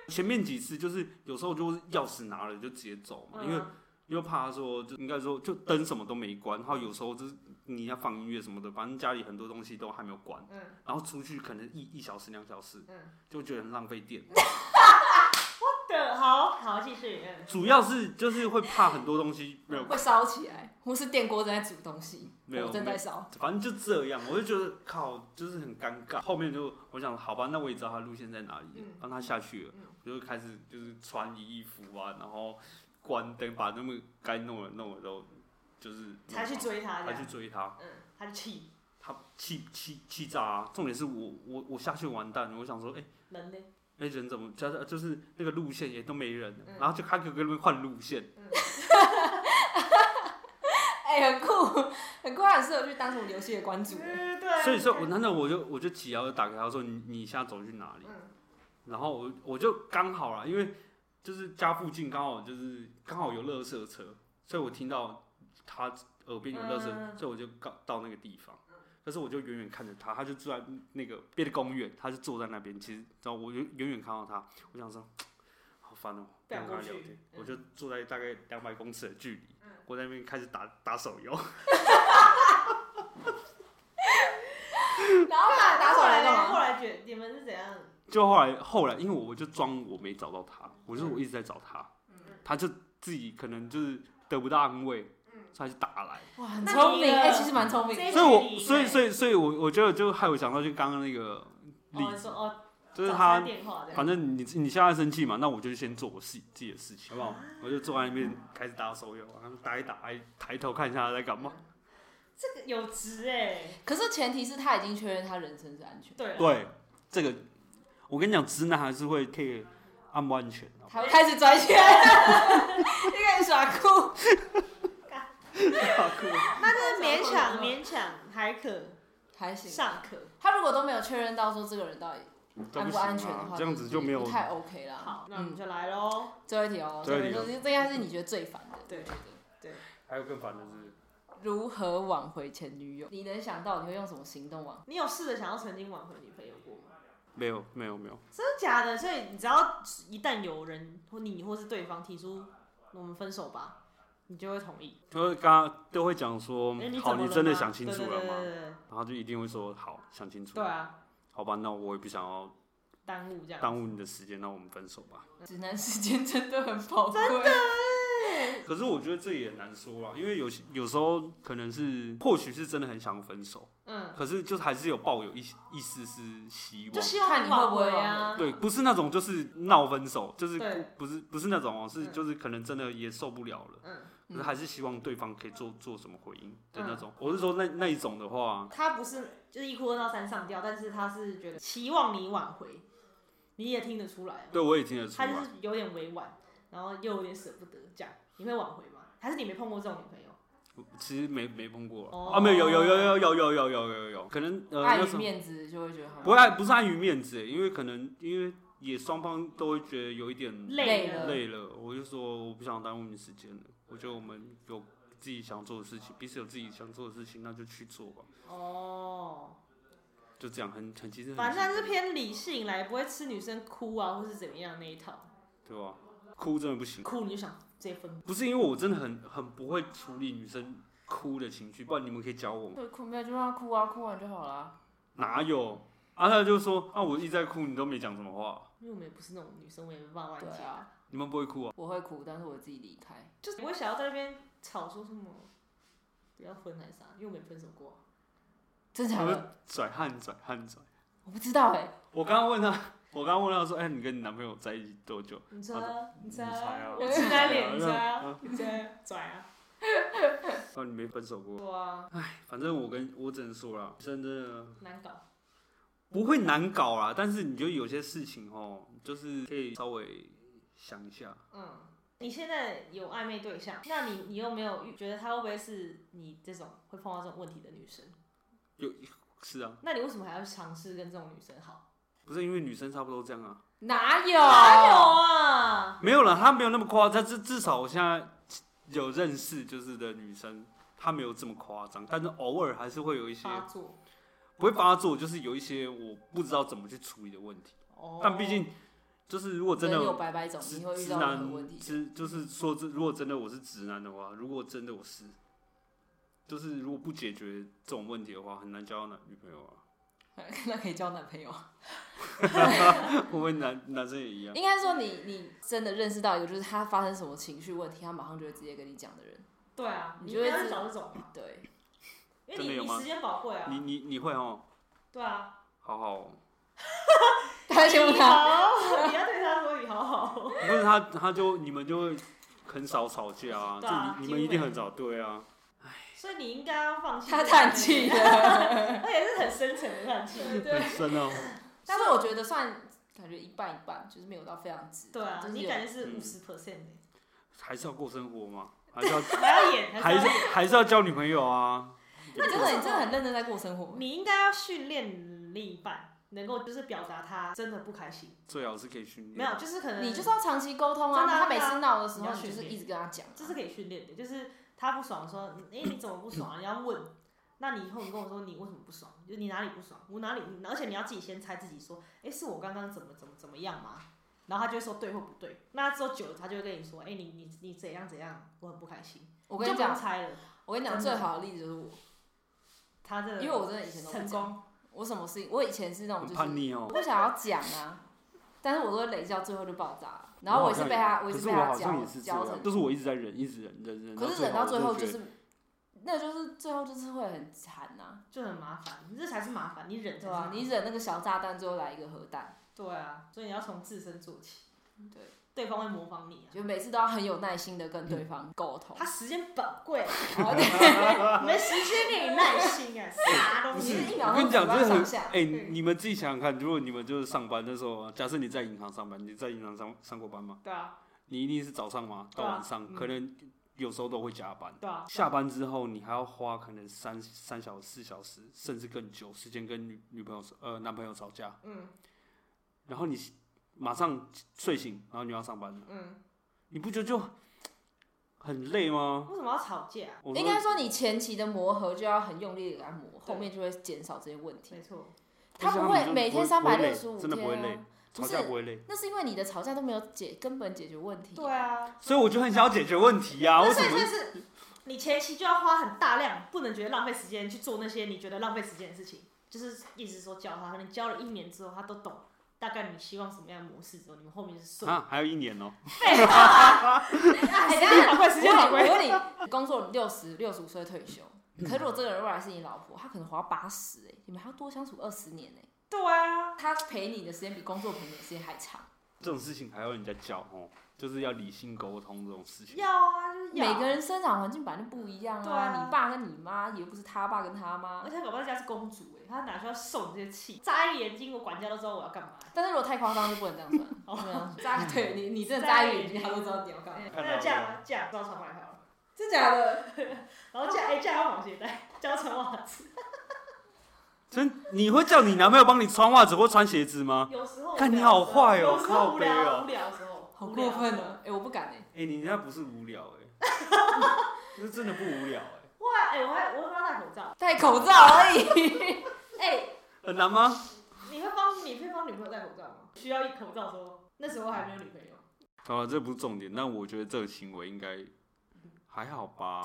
Speaker 1: 前面几次就是有时候就是钥匙拿了就直接走嘛，因为
Speaker 5: 嗯
Speaker 1: 因为怕说就应该说就灯什么都没关，然后有时候就是你要放音乐什么的，反正家里很多东西都还没有关，
Speaker 5: 嗯
Speaker 1: 然后出去可能一一小时两小时
Speaker 5: 嗯，
Speaker 1: 就觉得很浪费电，
Speaker 5: 对，好好继续。嗯
Speaker 1: 主要是就是会怕很多东西没有
Speaker 3: 会烧起来，或是电锅正在煮东西，
Speaker 1: 没有
Speaker 3: 火正在烧，
Speaker 1: 反正就这样，我就觉得靠，就是很尴尬。后面就我想，好吧，那我也知道他路线在哪里，
Speaker 5: 嗯
Speaker 1: 让他下去了
Speaker 5: 嗯，
Speaker 1: 我就开始就是穿衣服啊，然后关灯，把那么该弄的弄了都就是弄
Speaker 5: 才去
Speaker 1: 好
Speaker 5: 追他，这
Speaker 1: 才去
Speaker 5: 样，
Speaker 1: 追他，
Speaker 5: 嗯，他就气
Speaker 1: 他气气气炸啊！重点是我我我下去完蛋了，我想说，哎、
Speaker 5: 人呢，
Speaker 1: 哎、人怎么加就是那个路线也都没人了，
Speaker 5: 嗯
Speaker 1: 然后就他给我跟那边换路线，
Speaker 3: 哎、很酷，很酷，啊很适合去当什么游戏的关主。
Speaker 5: 嗯，对，
Speaker 1: 所以说我难道我就我就起腰就打给他说你你现在走去哪里？
Speaker 5: 嗯
Speaker 1: 然后我我就刚好啦，因为就是家附近刚好就是刚好有垃圾车，所以我听到他耳边有垃圾，
Speaker 5: 嗯
Speaker 1: 所以我就到到那个地方。可是我就远远看着他，他就坐在那个别的公园，他就坐在那边。其实，然后我就远远看到他，我想说，好烦哦、不
Speaker 5: 不想
Speaker 1: 想跟他
Speaker 5: 过去
Speaker 1: 聊天。
Speaker 5: 嗯
Speaker 1: 我就坐在大概两百公尺的距离，
Speaker 5: 嗯
Speaker 1: 我在那边开始打打手游。
Speaker 3: 然后他打手
Speaker 5: 后
Speaker 3: 来
Speaker 5: 来
Speaker 3: 干
Speaker 5: 呢？后
Speaker 3: 嘛？
Speaker 5: 来觉你们是怎样？哦
Speaker 1: 就后来后来，因为我我就装我没找到他，我就我一直在找他，他就自己可能就是得不到安慰，
Speaker 3: 嗯
Speaker 1: 所以他就打来。
Speaker 3: 哇，很
Speaker 5: 那
Speaker 3: 聪
Speaker 5: 你
Speaker 3: 明，
Speaker 5: 的
Speaker 3: 哎、其实蛮聪明
Speaker 5: 这。一
Speaker 1: 所以
Speaker 5: 局
Speaker 1: 我
Speaker 5: 里
Speaker 1: 所以
Speaker 5: 面
Speaker 1: 所以所以我我觉得就害我想到就刚刚那个例
Speaker 5: 哦，
Speaker 1: 子，
Speaker 5: 说哦，
Speaker 1: 就是
Speaker 5: 找
Speaker 1: 他
Speaker 5: 电话的，
Speaker 1: 反正你你现在生气嘛，那我就先做我自己自己的事情，好不好？
Speaker 5: 嗯
Speaker 1: 我就坐在那边开始打手游，然后打一打，还抬头看一下他在干嘛。
Speaker 5: 这个有值哎，
Speaker 3: 可是前提是他已经确认他人身是安全，
Speaker 5: 对啦，啊
Speaker 1: 对，这个我跟你讲，直男还是会 care 安不安全的。
Speaker 3: 他会开始赚 钱，就开始耍酷。
Speaker 5: 那就是勉强勉强还可
Speaker 3: 还行，
Speaker 5: 尚可。
Speaker 3: 他如果都没有确认到说这个人到底
Speaker 1: 这
Speaker 3: 安
Speaker 1: 不
Speaker 3: 不
Speaker 1: 行
Speaker 3: 安全的
Speaker 1: 啊
Speaker 3: 话，，
Speaker 1: 这样子就没有
Speaker 3: 不太 OK 啦。
Speaker 5: 好，那我们
Speaker 3: 嗯，
Speaker 5: 就来喽。
Speaker 3: 最后一题哦，
Speaker 1: 最后一题哦
Speaker 3: 这个就是这应该是你觉得最烦的，
Speaker 5: 对
Speaker 3: 我觉得
Speaker 1: 还有更烦的是，
Speaker 3: 如何挽回前女友？你能想到你会用什么行动挽？
Speaker 5: 你有试着想要曾经挽回女朋友过吗？
Speaker 1: 没有没有没有，
Speaker 5: 真的假的？所以你只要一旦有人或你或是对方提出我们分手吧，你就会同意。
Speaker 1: 就是刚刚都会讲说
Speaker 5: 哎，，怎
Speaker 1: 好，
Speaker 5: 么
Speaker 1: 你
Speaker 5: 了
Speaker 1: 真的
Speaker 5: 吗
Speaker 1: 想清楚了
Speaker 5: 对对对
Speaker 1: 吗？
Speaker 5: 对对
Speaker 1: 然后就一定会说好，想清楚。
Speaker 5: 对，啊，
Speaker 1: 好吧，那我也不想要
Speaker 5: 耽误这样。
Speaker 1: 耽误你的时间，那我们分手吧。
Speaker 3: 直男时间真的很宝贵，
Speaker 1: 可是我觉得这也难说啊，因为有些有时候可能是，或许是真的很想分手，
Speaker 5: 嗯，
Speaker 1: 可是就还是有抱有一一丝丝希
Speaker 5: 就
Speaker 1: 望。
Speaker 5: 希望
Speaker 3: 看
Speaker 5: 你
Speaker 3: 你会
Speaker 5: 挽
Speaker 3: 不会
Speaker 5: 回
Speaker 3: 挽
Speaker 5: 啊。
Speaker 1: 对，不是那种就是闹分手，就是
Speaker 5: 对
Speaker 1: 不是不是那种哦，是
Speaker 5: 嗯
Speaker 1: 就是可能真的也受不了了，
Speaker 5: 嗯，
Speaker 1: 可是还是希望对方可以做做什么回应的那
Speaker 5: 嗯
Speaker 1: 种。我是说那那一种的话，
Speaker 5: 他不是就是一哭二闹三上吊，但是他是觉得期望你挽回，你也听得出来啊。
Speaker 1: 对我也听得出
Speaker 5: 他就
Speaker 1: 来
Speaker 5: 是。有点委婉，然后又有点舍不得这样。你会挽回吗？还是你没碰过这种女朋友？
Speaker 1: 其实没没碰过
Speaker 5: 哦
Speaker 1: 啊，没有有有有有有有有有有，可能呃
Speaker 3: 碍
Speaker 1: 那
Speaker 3: 于
Speaker 1: 时候
Speaker 3: 面子就会觉得好像
Speaker 1: 不碍不是碍于面子，因为可能因为也双方都会觉得有一点
Speaker 5: 累
Speaker 3: 了
Speaker 1: 累了，我就说我不想耽误你时间了，我觉得我们有自己想做的事情，彼此有自己想做的事情，那就去做吧，
Speaker 5: 哦，
Speaker 1: 就这样很很其实很
Speaker 5: 反正
Speaker 1: 简
Speaker 5: 就是偏理性来，不会吃女生哭啊，或是怎么样那一套。
Speaker 1: 对吧？哭真的不行，
Speaker 5: 哭你就想直接分。
Speaker 1: 不是因为我真的很很不会处理女生哭的情绪，不然你们可以教我吗？
Speaker 3: 对哭没有就让他哭啊，哭完就好啦。
Speaker 1: 哪有？啊，他就说啊，我一直在哭，你都没讲什么话，
Speaker 5: 因为我们也不是那种女生，我也没办法
Speaker 3: 对
Speaker 5: 理解。
Speaker 3: 啊，
Speaker 1: 你们不会哭啊？
Speaker 3: 我会哭，但是我自己离开。
Speaker 5: 就是不会想要在那边吵说什么不要分还是啥，因为我没分手过啊、
Speaker 3: 真假
Speaker 1: 我
Speaker 3: 的？
Speaker 1: 拽汉拽汉拽。
Speaker 3: 我不知道哎、
Speaker 1: 我刚刚问他，我刚刚问他说，哎、你跟你男朋友在一起多久？
Speaker 5: 你
Speaker 1: 他
Speaker 5: 猜，你猜
Speaker 1: 你猜啊
Speaker 5: 我吃在
Speaker 1: 我
Speaker 5: 脸，你
Speaker 1: 猜
Speaker 5: 猜
Speaker 1: 啊
Speaker 5: 啊，你猜，拽啊！
Speaker 1: 那你没分手过？
Speaker 5: 对啊，
Speaker 1: 反正我跟我只能说啦，女生真的
Speaker 5: 难搞。
Speaker 1: 不会难搞啦，但是你就有些事情哦，就是可以稍微想一下。
Speaker 5: 嗯，你现在有暧昧对象，那你你有没有遇觉得她会不会是你这种会碰到这种问题的女生？
Speaker 1: 是啊，
Speaker 5: 那你为什么还要尝试跟这种女生好？
Speaker 1: 不是因为女生差不多这样啊，
Speaker 3: 哪有？
Speaker 5: 哪有啊？
Speaker 1: 没有了，她没有那么夸张，至至少我现在有认识就是的女生，她没有这么夸张，但是偶尔还是会有一些
Speaker 5: 发作
Speaker 1: 不会发作，就是有一些我不知道怎么去处理的问题。
Speaker 5: 哦，
Speaker 1: 但毕竟就是如果真的
Speaker 3: 人有百百种，
Speaker 1: 直
Speaker 3: 你会遇
Speaker 1: 直
Speaker 3: 到任何
Speaker 1: 男
Speaker 3: 问题。
Speaker 1: 直就是说这，如果真的我是直男的话，如果真的我是，就是如果不解决这种问题的话，很难交到男女朋友 啊。
Speaker 3: 那可以交男朋友。
Speaker 1: 会不会男男生也一样？
Speaker 3: 应该说你你真的认识到一个，就是他发生什么情绪问题，他马上就会直接跟你讲的人。
Speaker 5: 对啊，
Speaker 3: 你
Speaker 5: 你
Speaker 3: 就
Speaker 5: 不
Speaker 3: 会
Speaker 5: 要去
Speaker 3: 自
Speaker 5: 找这种嘛，
Speaker 3: 对，
Speaker 5: 因为
Speaker 1: 真的
Speaker 5: 你
Speaker 1: 有
Speaker 5: 你
Speaker 1: 吗
Speaker 5: 时间宝贵啊
Speaker 1: 你。你你会哦，
Speaker 5: 对啊，
Speaker 1: 好好哦，
Speaker 3: 他先问
Speaker 5: 你
Speaker 3: 他，
Speaker 5: 好，你要对她说你 好好。
Speaker 1: 不是他他就你们就会很少吵架啊，
Speaker 5: 对啊
Speaker 1: 就你
Speaker 5: 几
Speaker 1: 你
Speaker 5: 乎
Speaker 1: 们一定
Speaker 5: 没有
Speaker 1: 很少对啊。
Speaker 5: 所以你应该要放弃。
Speaker 3: 他叹气，了。
Speaker 5: 而且是很深沉的叹气。
Speaker 1: 很深哦，
Speaker 3: 但是我觉得算感觉一半一半，就是没有到非常直。
Speaker 5: 对啊
Speaker 3: 就，是
Speaker 5: 你
Speaker 3: 有
Speaker 5: 感觉是
Speaker 1: 嗯
Speaker 5: 五十 percent 的，
Speaker 1: 还是要过生活嘛，还是 要
Speaker 5: 还要演，
Speaker 1: 还
Speaker 5: 要
Speaker 1: 是
Speaker 5: 演
Speaker 1: 还是要交女朋友啊。
Speaker 3: 那真的你真的很认真在过生活。
Speaker 5: 你应该要训练另一半，能够就是表达他真的不开心，
Speaker 1: 最好是可以训练，
Speaker 5: 没有，就是可能
Speaker 3: 你就是要长期沟通啊！
Speaker 5: 真的啊
Speaker 3: 他每次闹的时
Speaker 5: 你
Speaker 3: 候，
Speaker 5: 要
Speaker 3: 你就是
Speaker 5: 训练
Speaker 3: 一直跟他讲啊、
Speaker 5: 这是可以训练的，就是他不爽说，哎、你怎么不爽啊？你要问，那你以后你跟我说你为什么不爽，就你哪里不爽，我哪里，而且你要自己先猜自己说，哎、是我刚刚怎么怎么怎么样吗？然后他就会说对或不对，那之后久了他就会跟你说，哎、你你你怎样怎样，我很不开心，
Speaker 3: 我
Speaker 5: 我
Speaker 3: 跟
Speaker 5: 就
Speaker 3: 你
Speaker 5: 不用
Speaker 3: 讲，
Speaker 5: 猜了，
Speaker 3: 我跟你讲
Speaker 5: 真的
Speaker 3: 最好的例子就是我，
Speaker 5: 他的
Speaker 3: 因为我真的以前都不
Speaker 5: 成
Speaker 3: 讲，
Speaker 5: 功，
Speaker 3: 我什么事情，我以前是那种
Speaker 1: 很
Speaker 3: 就是
Speaker 1: 叛逆哦
Speaker 3: 我。不想要讲啊，但是我都会累积到最后就爆炸了。然后我也是被他，我
Speaker 1: 可
Speaker 3: 也
Speaker 1: 是
Speaker 3: 被
Speaker 1: 我
Speaker 3: 他
Speaker 1: 好
Speaker 3: 教
Speaker 1: 像也是这
Speaker 3: 教
Speaker 1: 样，
Speaker 3: 成，
Speaker 1: 就是我一直在忍，一直忍，忍忍，
Speaker 3: 可是忍到最后
Speaker 1: 后觉
Speaker 3: 就
Speaker 1: 得
Speaker 3: 是，那就是最后就是会很惨呐、
Speaker 5: 就很麻烦，这才是麻烦，你忍才
Speaker 3: 对
Speaker 5: 是
Speaker 3: 吧、
Speaker 5: 麻烦
Speaker 3: 你忍那个小炸弹，最后来一个核弹，
Speaker 5: 对啊，所以你要从自身做起，
Speaker 3: 嗯对，
Speaker 5: 对方会模仿你啊。
Speaker 3: 就每次都要很有耐心的跟对方
Speaker 1: 嗯
Speaker 3: 沟通
Speaker 5: 他。时间宝 贵，
Speaker 3: 好对
Speaker 5: 你们时间没有耐心啊，啥东
Speaker 1: 不
Speaker 5: 西
Speaker 1: 是？
Speaker 3: 你是一秒
Speaker 1: 我跟你
Speaker 3: 钟
Speaker 1: 讲，
Speaker 3: 只
Speaker 1: 这很
Speaker 3: 要上下
Speaker 1: 哎、
Speaker 5: 对
Speaker 1: 你们自己想想看，如果你们就是上班的时候，假设你在银行上班，你在银行上上过班吗？
Speaker 5: 对啊，
Speaker 1: 你一定是早上嘛，到
Speaker 5: 对啊
Speaker 1: 晚上，
Speaker 5: 嗯
Speaker 1: 可能有时候都会加班。
Speaker 5: 对啊，
Speaker 1: 下班之后，你还要花可能三三小时、四小时，甚至更久时间跟女女朋友呃男朋友吵架，
Speaker 5: 嗯
Speaker 1: 然后你马上睡醒，然后你要上班了，
Speaker 5: 嗯，
Speaker 1: 你不觉得就很累吗？
Speaker 5: 为什么要吵架？
Speaker 1: 我
Speaker 3: 应
Speaker 1: 说
Speaker 3: 该说你前期的磨合就要很用力的给他磨，
Speaker 5: 对
Speaker 3: 后面就会减少这些问题
Speaker 5: 没。错，
Speaker 1: 而且
Speaker 3: 他不
Speaker 1: 们
Speaker 3: 会
Speaker 1: 就
Speaker 3: 每天
Speaker 1: 不会累
Speaker 3: 365
Speaker 1: 真的不会
Speaker 3: 天啊
Speaker 1: 累，
Speaker 3: 不
Speaker 1: 吵架
Speaker 3: 是
Speaker 1: 不会累。
Speaker 3: 那是因为你的吵架都没有解根本解决问题、
Speaker 5: 对，啊，
Speaker 1: 所以我就很想要解决问题啊，为
Speaker 5: 那
Speaker 1: 什
Speaker 5: 所以
Speaker 1: 么
Speaker 5: 这是你前期就要花很大量，不能觉得浪费时间去做那些你觉得浪费时间的事情，就是一直说教他，可能教了一年之后他都懂。大概你希望什么样的模式之后，你们后面是顺。
Speaker 1: 啊，还有一年哦、
Speaker 5: 废话，
Speaker 3: 哎
Speaker 5: 时 间宝贵，时
Speaker 3: 我
Speaker 5: 间宝
Speaker 3: 问你，我
Speaker 5: 贵。
Speaker 3: 问你， 工作六十六十五岁退休，可是如果这个人未来是你老婆，她可能活到八十哎，你们还要多相处二十年哎、
Speaker 5: 对啊，
Speaker 3: 她陪你的时间比工作陪你的时间还长。
Speaker 1: 这种事情还要人家教哦，就是要理性沟通这种事情。
Speaker 5: 要啊，就是要。
Speaker 3: 每个人生长环境本来就不一样
Speaker 5: 对啊
Speaker 3: 你爸跟你妈也不是他爸跟他妈
Speaker 5: 而。且他搞不好在家是公主哎、欸，他哪需要受你这些气？眨一眼睛，我管家都知道我要干嘛。
Speaker 3: 但是如果太夸张就不能这样算，
Speaker 5: 哦
Speaker 3: 不能这样 扎对你，你真的扎眼睛，他都知道你要干嘛，
Speaker 5: 哎那这样啊，这样照常买好了。
Speaker 3: 真假的？
Speaker 5: 然后这样，哎、这样要绑鞋带，这样穿袜子。
Speaker 1: 真你会叫你男朋友帮你穿袜子或穿鞋子吗？
Speaker 5: 有时候无聊的时候，
Speaker 1: 看你好坏哦
Speaker 5: 有时候
Speaker 1: 靠
Speaker 5: 无
Speaker 1: 北
Speaker 5: 聊
Speaker 1: 哦
Speaker 5: 无聊的时候，
Speaker 3: 好
Speaker 5: 无聊
Speaker 3: 过
Speaker 5: 的
Speaker 3: 分
Speaker 5: 时候
Speaker 3: 哦！哎、我不敢 哎、
Speaker 1: 哎、你人家不是无聊 哎、这真的不无聊哎、
Speaker 5: 哇，哎、我还我会帮他戴口罩。
Speaker 3: 戴口罩而已。
Speaker 5: 哎、
Speaker 1: 很难吗？
Speaker 5: 你会帮你会帮女朋友戴口罩吗？需要一口罩的时候，那时候还没有女朋友。
Speaker 1: 好了，这不是重点，但我觉得这个行为应该还好 吧。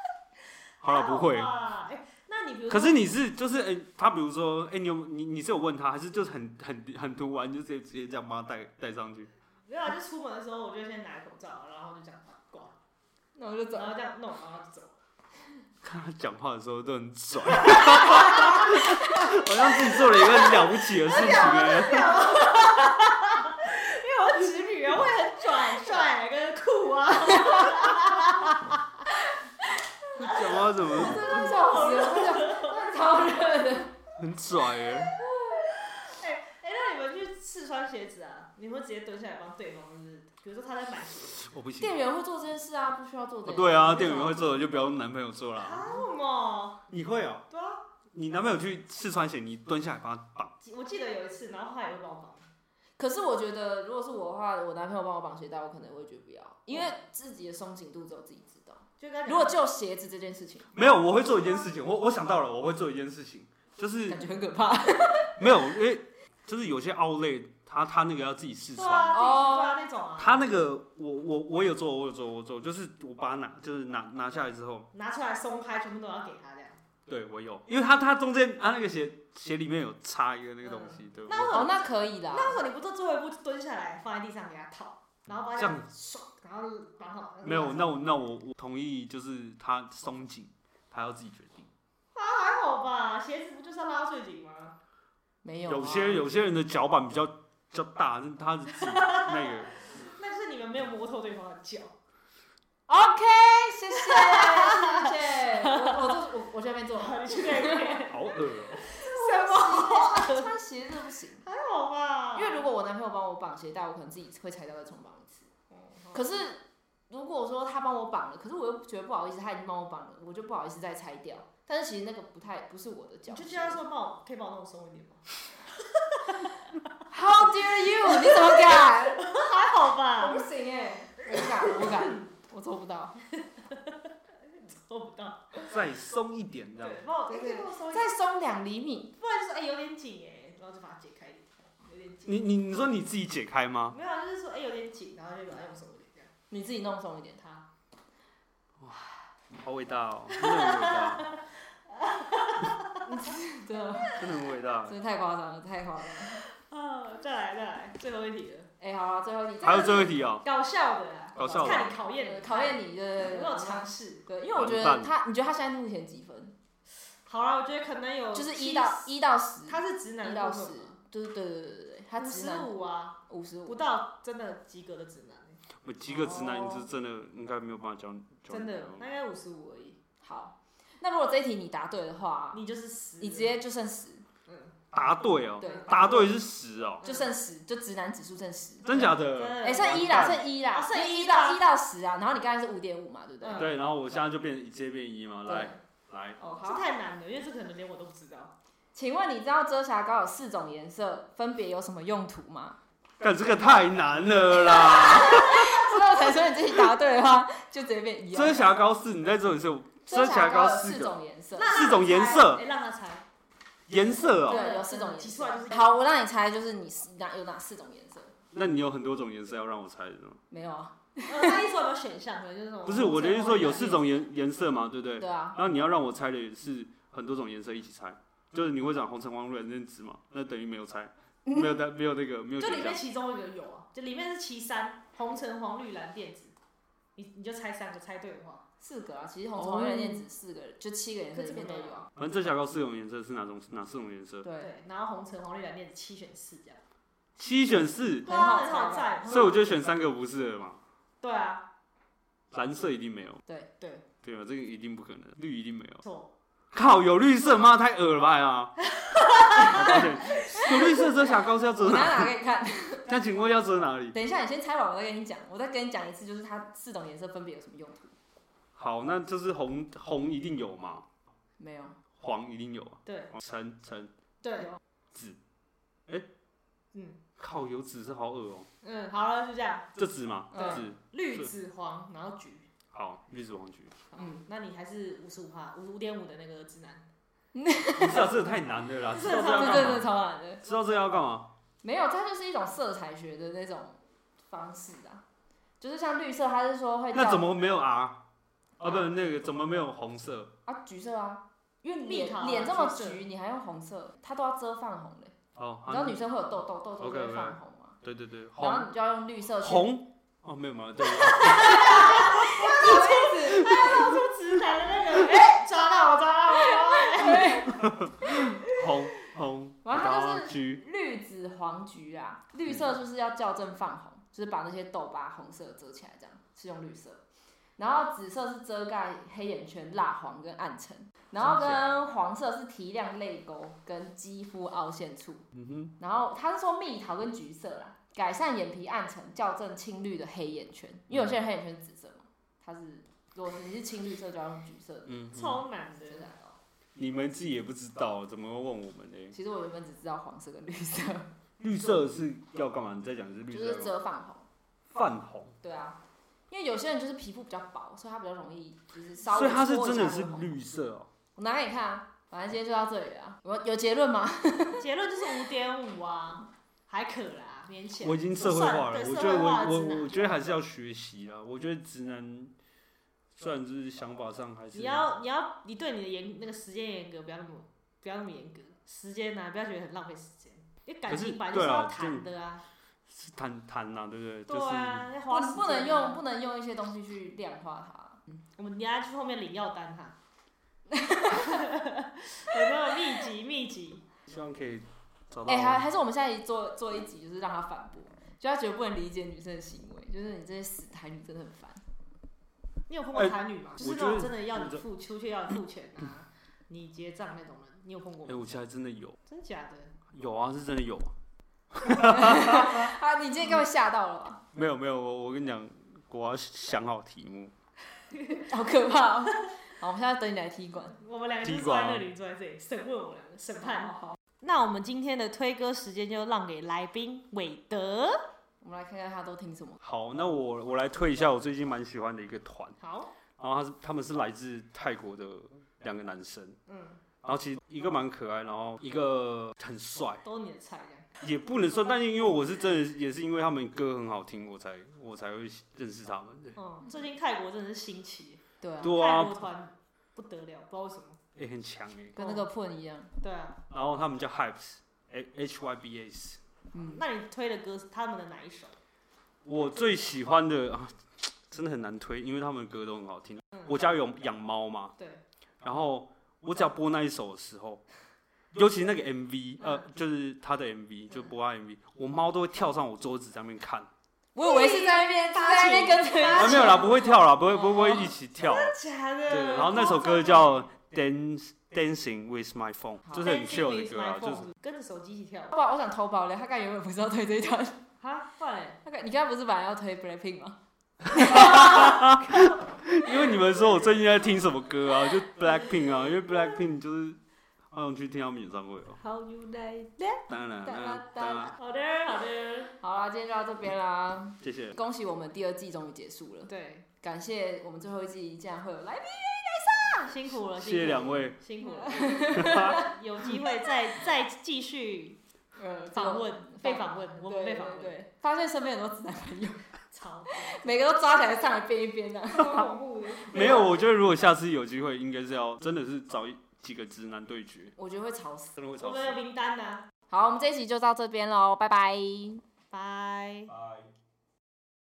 Speaker 1: 好了，不会
Speaker 5: 还。好吧哎、那你比如说
Speaker 1: 可是你是就是哎、他比如说哎、你有你你是有问他，还是就是很很很突然就直接直接这样帮他戴戴上去？
Speaker 5: 没有啊，就出门的时候，我就先拿口罩，然后就这样挂，
Speaker 3: 那我就走
Speaker 5: 然。后这样弄，然后就走。
Speaker 1: 看他讲话的时候都很拽，好像自己做了一个很了不起的事情哎。
Speaker 5: 因为我侄女啊，会很拽帅跟酷啊。
Speaker 1: 妈怎么
Speaker 3: 半小时，我讲超热的。
Speaker 1: 很拽哎？
Speaker 5: 哎、那你们去试穿鞋子啊？你会直接蹲下来帮对方，就是比如说他在买鞋，
Speaker 1: 我不行
Speaker 3: 店。员会做这件事啊，不需要做这
Speaker 1: 哦
Speaker 3: 件事。
Speaker 1: 对啊，店员会做的就不要用男朋友做啦。
Speaker 5: 为什么？
Speaker 1: 你会哦？
Speaker 5: 对啊，
Speaker 1: 你男朋友去试穿鞋，你蹲下来帮他绑。
Speaker 5: 我记得有一次，然后他也会帮我绑。
Speaker 3: 可是我觉得，如果是我的话，我男朋友帮我绑鞋带，我可能会觉得不要，因为自己的松紧度只有自己知道。
Speaker 5: 就
Speaker 1: 嗯
Speaker 5: 跟他讲
Speaker 3: 如果就鞋子这件事情，
Speaker 1: 没有，我会做一件事情，我我想到了，我会做一件事情，就是
Speaker 3: 感觉很可 怕。
Speaker 1: 嗯没有，因为就是有些奥类，他他那个要自己试
Speaker 5: 对
Speaker 1: 穿，
Speaker 5: 啊，自己
Speaker 3: 哦
Speaker 5: 对啊那种啊，
Speaker 1: 他那个我我我有做，我有做，我有做，就是我把它拿就是拿拿下来之后，
Speaker 5: 拿出来松开，全部都要给他这样。
Speaker 1: 对我有，因为他他中间他那个鞋鞋里面有插一个那个东西，对，
Speaker 5: 那
Speaker 1: 我
Speaker 5: 我
Speaker 3: 哦，那可以啦。
Speaker 5: 那为什么你不做最后一步，就蹲下来放在地上给他套，然后把他
Speaker 1: 这样
Speaker 5: 爽，然后绑好？
Speaker 1: 没有，那我那我我同意，就是他松紧，他要自己决定。
Speaker 5: 那还好吧，鞋子不就是要拉到最紧吗？
Speaker 3: 没有啊。
Speaker 1: 有些有些人的脚板比较比较大，但他是自己那个。
Speaker 5: 那就是你们没有摸透对方的脚。
Speaker 3: OK，谢谢 谢谢。我我做啊 我我去那边做。
Speaker 5: 你去那 边，
Speaker 1: 好恶哦、
Speaker 5: 什么？
Speaker 3: 穿鞋真的不行，
Speaker 5: 还好吧，
Speaker 1: 嗯
Speaker 3: 因为如果我男朋友帮我绑鞋带，我可能自己会踩到再重绑一次。
Speaker 5: 嗯
Speaker 3: 可是如果说他帮我绑了，可是我又觉得不好意思，他已经帮我绑了，我就不好意思再拆掉。但是其实那个不太不是我的脚
Speaker 5: 你就
Speaker 3: 型。
Speaker 5: 这样说，帮我可以帮我弄松一点吗？
Speaker 3: How dare you？你怎么敢？
Speaker 5: 还好
Speaker 3: 我
Speaker 5: 吧
Speaker 3: 不，行哎、 我不敢，我不敢，我做不到。
Speaker 5: 做不到。
Speaker 1: 再松一点这样。
Speaker 5: 对，帮我
Speaker 3: 对
Speaker 5: 可
Speaker 3: 对
Speaker 5: 以帮我松一点
Speaker 3: 再，松两厘米，
Speaker 5: 不然就是哎有点紧哎，然后就把它解开一点，有点紧。
Speaker 1: 你你你说你自己解开吗？
Speaker 5: 没有啊，就是说哎有点紧，然后就把它用松一点这样。
Speaker 3: 你自己弄松一点 它。
Speaker 1: 好伟大哦、真的很伟 大，
Speaker 3: 真的，
Speaker 1: 真的很伟大。
Speaker 3: 真的太夸张了，太夸张了。
Speaker 5: 啊，再来再来，最后一题了，
Speaker 3: 哎、好了，最后你
Speaker 1: 还有最后一题哦、
Speaker 5: 搞笑的啦，
Speaker 1: 搞笑的
Speaker 5: 看你考验
Speaker 3: 考验
Speaker 5: 你，
Speaker 3: 你，对对
Speaker 5: 有
Speaker 3: 对，
Speaker 5: 没有尝试？
Speaker 3: 对，因为我觉得他，你觉得他现在目前几分？
Speaker 5: 好啦，我觉得可能有
Speaker 3: 就是一
Speaker 5: 70
Speaker 3: 到一到十，
Speaker 5: 他是直男
Speaker 3: 一
Speaker 5: 部
Speaker 3: 到
Speaker 5: 分
Speaker 3: 十
Speaker 5: 嘛，
Speaker 3: 就是对对对对对，他
Speaker 5: 五
Speaker 3: 直
Speaker 5: 十
Speaker 3: 男
Speaker 5: 五啊，
Speaker 3: 五十
Speaker 5: 不
Speaker 3: 五，
Speaker 5: 到真的及格的直男欸、
Speaker 1: 我几个直男
Speaker 3: 哦
Speaker 1: 是真的应该没有办法教教
Speaker 5: 真
Speaker 1: 你
Speaker 5: 的
Speaker 1: 哦
Speaker 5: 大概五十五而已。
Speaker 3: 好，那如果这一题你答对的话，
Speaker 5: 你就是十，
Speaker 3: 你直接就剩十，
Speaker 5: 嗯，
Speaker 1: 答对哦、
Speaker 3: 对
Speaker 1: 答对是十哦、
Speaker 3: 就剩十，就直男指数剩十。
Speaker 1: 真假
Speaker 5: 真
Speaker 1: 的？
Speaker 5: 的
Speaker 3: 哎、剩一啦，
Speaker 1: 完蛋
Speaker 3: 剩一啦，
Speaker 5: 嗯哦剩
Speaker 3: 因为
Speaker 5: 一
Speaker 3: 到
Speaker 5: 啦
Speaker 3: 一到十啊，然后你刚才是五点五嘛，对不对？
Speaker 5: 嗯
Speaker 1: 对，然后我现在就变直接变一嘛，
Speaker 3: 对
Speaker 1: 来来，
Speaker 3: 哦，
Speaker 5: 这
Speaker 3: 好。
Speaker 5: 太难了，因为这可能连我都不知道。
Speaker 3: 请问你知道遮瑕膏有四种颜色，分别有什么用途 吗？
Speaker 1: 但这个太难了啦！
Speaker 3: 所以我才说你自己答对的话， 就直接变一样
Speaker 1: 遮。瑕膏是你在这里是有遮
Speaker 3: 瑕
Speaker 1: 瑕
Speaker 3: 膏
Speaker 1: 膏
Speaker 3: 有
Speaker 1: 四
Speaker 3: 四
Speaker 1: 个
Speaker 3: 种颜色，
Speaker 1: 四种颜色
Speaker 5: 哎、让他猜，
Speaker 1: 颜色哦、
Speaker 3: 对，有四种颜
Speaker 5: 挤出来就
Speaker 3: 色。
Speaker 5: 是
Speaker 3: 好，我让你猜，就是你是哪有哪四种颜色？
Speaker 1: 那你有很多种颜色要让我猜是吗？
Speaker 3: 没有啊？
Speaker 5: 呃 他一说有没有选项，可能就是那种
Speaker 1: 不是，我的意思说有四，种颜颜色嘛，对不对？
Speaker 3: 对啊，
Speaker 1: 然后你要让我猜的也是很多种颜色一起猜，就是你会讲红橙黄绿蓝靛紫嘛，那等于没有猜，没有的没有那个没有
Speaker 5: 就
Speaker 1: 选
Speaker 5: 里
Speaker 1: 项
Speaker 5: 面。其中一个有啊，就里面是七三，红橙黄绿蓝靛紫，你你就猜三个，猜对的话，
Speaker 3: 四个啊，其实红橙黄绿蓝靛紫四个，就七个颜色里面都有啊。
Speaker 1: 反正遮瑕膏四种颜色是哪种哪四种颜色？
Speaker 3: 对，
Speaker 5: 对，然后红橙黄绿蓝靛紫七选四这样，
Speaker 1: 七选四，
Speaker 3: 很好
Speaker 5: 对啊很好
Speaker 3: 猜吧
Speaker 5: 猜，
Speaker 1: 所以我就选三个不是了嘛。
Speaker 5: 对啊，
Speaker 1: 蓝色一定没有，
Speaker 5: 对，
Speaker 1: 对啊吧？这个一定不可能，绿一定没有。
Speaker 5: 错，
Speaker 1: 靠，有绿色吗？太恶了吧哎 呀！抱歉有绿色遮瑕膏是要
Speaker 3: 我
Speaker 1: 遮
Speaker 3: 拿
Speaker 1: 哪？
Speaker 3: 拿给你看。
Speaker 1: 那请问要遮哪里？
Speaker 3: 等一下，你先猜完，我再跟你讲。我再跟你讲一次，就是它四种颜色分别有什么用途？
Speaker 1: 好，那就是红红一定有嘛，
Speaker 3: 没有，
Speaker 1: 黄一定有啊，
Speaker 5: 对
Speaker 1: 橙橙
Speaker 5: 对，
Speaker 1: 紫，哎、
Speaker 5: 嗯
Speaker 1: 靠，有紫是好恶哦、
Speaker 5: 嗯，好了，就这
Speaker 3: 啊
Speaker 5: 样，
Speaker 1: 这紫嘛，
Speaker 3: 对
Speaker 1: 紫
Speaker 5: 绿紫黄，然后橘。
Speaker 1: 好，绿紫黄橘，
Speaker 3: 嗯
Speaker 5: 嗯，那你还是五十五趴，五五点五的那个直男，
Speaker 1: 你知道这个太难了啦， 知道这要
Speaker 3: 这真
Speaker 1: 干
Speaker 3: 的
Speaker 1: 嘛？
Speaker 3: 超难的。
Speaker 1: 知道这要干嘛？
Speaker 3: 没有，它就是一种色彩学的那种方式啊，就是像绿色，它是说会
Speaker 1: 那
Speaker 3: 叫
Speaker 1: 怎么没有 R？啊，不，那个怎么没有红色？
Speaker 3: 啊橘色啊，因为
Speaker 5: 蜜桃啊
Speaker 3: 脸脸这么
Speaker 5: 橘色
Speaker 3: 橘，你还用红色，它都要遮泛红的。
Speaker 1: 哦，
Speaker 3: 你知道
Speaker 1: 啊
Speaker 3: 女生会有痘痘，痘痘就
Speaker 1: OK，OK
Speaker 3: 会泛红嘛，
Speaker 1: 对对对，
Speaker 3: 然后
Speaker 1: 红
Speaker 3: 你就要用绿色去
Speaker 1: 红哦，没有没有，对，
Speaker 5: 直男的那个，哎、抓到我，抓到我，抓到我
Speaker 1: 红红，
Speaker 3: 完了它
Speaker 1: 然后
Speaker 3: 就是
Speaker 1: 橘，
Speaker 3: 绿紫黄橘啊，
Speaker 1: 嗯
Speaker 3: 绿色就是要校正泛红，就是把那些痘疤红色遮起来，这样是用绿色。然后紫色是遮盖黑眼圈、蜡黄跟暗沉，然后跟黄色是提亮泪沟跟肌肤凹陷处，
Speaker 1: 嗯哼，
Speaker 3: 然后他是说蜜桃跟橘色啦，改善眼皮暗沉，矫正青绿的黑眼圈，因为有些人黑眼圈是紫色嘛，它是如果你是青绿色就要用橘色的，
Speaker 1: 嗯，
Speaker 5: 超难的
Speaker 3: 真。的哦。
Speaker 1: 你们自己也不知道，怎么会问我们呢？
Speaker 3: 其实我原本只知道黄色跟绿色，
Speaker 1: 绿色是要干嘛？你在讲是绿
Speaker 3: 就
Speaker 1: 色
Speaker 3: 是
Speaker 1: 干嘛
Speaker 3: 遮泛红，
Speaker 1: 泛红，
Speaker 3: 对啊，因为有些人就是皮肤比较薄，所以它比较容易就是稍微
Speaker 1: 所以它是
Speaker 3: 搓一
Speaker 1: 真
Speaker 3: 下
Speaker 1: 的
Speaker 3: 就是红
Speaker 1: 绿。色哦。
Speaker 3: 我拿给你看啊，反正今天就到这里了啊。我有结论吗？
Speaker 5: 结论就是五点五啊，还可啦，勉强。
Speaker 1: 我已经社会化了，
Speaker 5: 对
Speaker 1: 我觉
Speaker 5: 社
Speaker 1: 得
Speaker 5: 会
Speaker 1: 我
Speaker 5: 化的直
Speaker 1: 我
Speaker 5: 男
Speaker 1: 我觉得还是要学习啊。我觉得直男虽然就是想法上还是
Speaker 5: 你要你要你对你的严那个时间严格，不要那么不要那么严格，时间啊，不要觉得很浪费时间，因为感
Speaker 1: 可是
Speaker 5: 情本来就是
Speaker 1: 对啊
Speaker 5: 要谈的啊，
Speaker 1: 是谈谈呐，对不对？
Speaker 5: 对
Speaker 1: 就是
Speaker 5: 啊，要花
Speaker 3: 不
Speaker 5: 时间啊
Speaker 3: 不能用不能用一些东西去量化它。嗯
Speaker 5: 我们等一下去后面领药单哈。 有没有秘籍？秘籍？
Speaker 1: 希望可以找到
Speaker 3: 哎、还还是我们下一集做做一集，就是让他反驳，就他觉得不能理解女生的行为，就是你这些死台女真的很烦。
Speaker 5: 你有碰过台女吗？就是那
Speaker 1: 哎我觉
Speaker 5: 种
Speaker 1: 得
Speaker 5: 真的要你
Speaker 1: 你这
Speaker 5: 付出去要你付钱啊，你结账那种人，你有碰过
Speaker 1: 哎，我
Speaker 5: 吗？
Speaker 1: 其实还真的有
Speaker 5: 真假的？
Speaker 1: 有啊，是真的有啊。
Speaker 3: 啊，你今天给我吓到了吧，
Speaker 1: 没有没有，我我跟你讲，我要想好题目。
Speaker 3: 好可怕、哦。 好，我们现在等你来踢馆。
Speaker 5: 我们两个就是
Speaker 1: 踢
Speaker 5: 坐
Speaker 1: 馆
Speaker 5: 在
Speaker 1: 啊
Speaker 5: 那里，坐在这里审问我们两个，审判。哦
Speaker 3: 好，
Speaker 5: 那我们今天的推歌时间就让给来宾韦德。
Speaker 3: 我们来看看他都听什么。
Speaker 1: 好，那我我来推一下我最近蛮喜欢的一个团，
Speaker 5: 好，
Speaker 1: 然后他是他们是来自泰国的两个男生，
Speaker 5: 嗯，
Speaker 1: 然后其实一个蛮可爱，然后一个很帅，
Speaker 5: 都你的菜这样。
Speaker 1: 也不能说，但是因为我是真的也是因为他们歌很好听，我才我才会认识他们的。
Speaker 5: 嗯，最近泰国真的是兴起，
Speaker 3: 对啊，
Speaker 1: 对
Speaker 5: 泰
Speaker 1: 啊
Speaker 5: 国，团不得了，不知道为什么。
Speaker 1: 也、很强哎、
Speaker 3: 跟那个 p 一样。
Speaker 5: 对啊，
Speaker 1: 然后他们叫 Hypes。H Y B S，
Speaker 3: 嗯，
Speaker 5: 那你推的歌是他们的哪一首？
Speaker 1: 我最喜欢的啊，真的很难推，因为他们的歌都很好听。我家有养猫嘛，
Speaker 5: 嗯对，
Speaker 1: 然后我只要播那一首的时候，尤其那个 MV，呃，就是他的 MV，就播他 MV，我猫都会跳上我桌子上面看。
Speaker 3: 我以为是在那边
Speaker 5: 发
Speaker 3: 在那边跟
Speaker 1: 啊，
Speaker 3: 着
Speaker 1: 没有啦，不会跳啦，不会不会一起跳。
Speaker 5: 假的
Speaker 1: 对，然后那首歌叫《Dance Dancing with My Phone》，就是很 chill 的歌啊，就是
Speaker 5: 跟着手机一起跳。
Speaker 3: 不然我想偷爆料，他刚才原本不是要推这一段，
Speaker 5: 哈，换嘞，
Speaker 3: 他刚你刚才不是本来要推 Blackpink 吗？
Speaker 1: 因为你们说我最近在听什么歌啊，就 Blackpink 啊，因为 Blackpink 就是好想去听他们演唱会哦。
Speaker 5: How you like that？
Speaker 1: 当然，当然，当然，
Speaker 5: 好的，好的，
Speaker 3: 好啦，今天就到这边啦，
Speaker 1: 谢谢。
Speaker 3: 恭喜我们第二季终于结束了，
Speaker 5: 对，
Speaker 3: 感谢我们最后一季竟然会有来宾，
Speaker 5: 辛苦了，
Speaker 1: 谢谢
Speaker 5: 辛苦了
Speaker 1: 两位，
Speaker 5: 辛苦了。 有机会再再继续
Speaker 3: 呃
Speaker 5: 访问，被访问，我们被访
Speaker 3: 对
Speaker 5: 问，
Speaker 3: 对，发现身边很多直男朋友，
Speaker 5: 超
Speaker 3: 每个都抓起来上来编一编的、啊，
Speaker 5: 超恐怖的。
Speaker 1: 没有，我觉得如果下次有机会，应该是要真的是找一几个直男对决，
Speaker 3: 我觉得会吵死。
Speaker 1: 真的会吵
Speaker 5: 我
Speaker 1: 死
Speaker 5: 啊们。有名单呢。
Speaker 3: 好，我们这一集就到这边喽，拜拜。
Speaker 5: 拜。
Speaker 1: 拜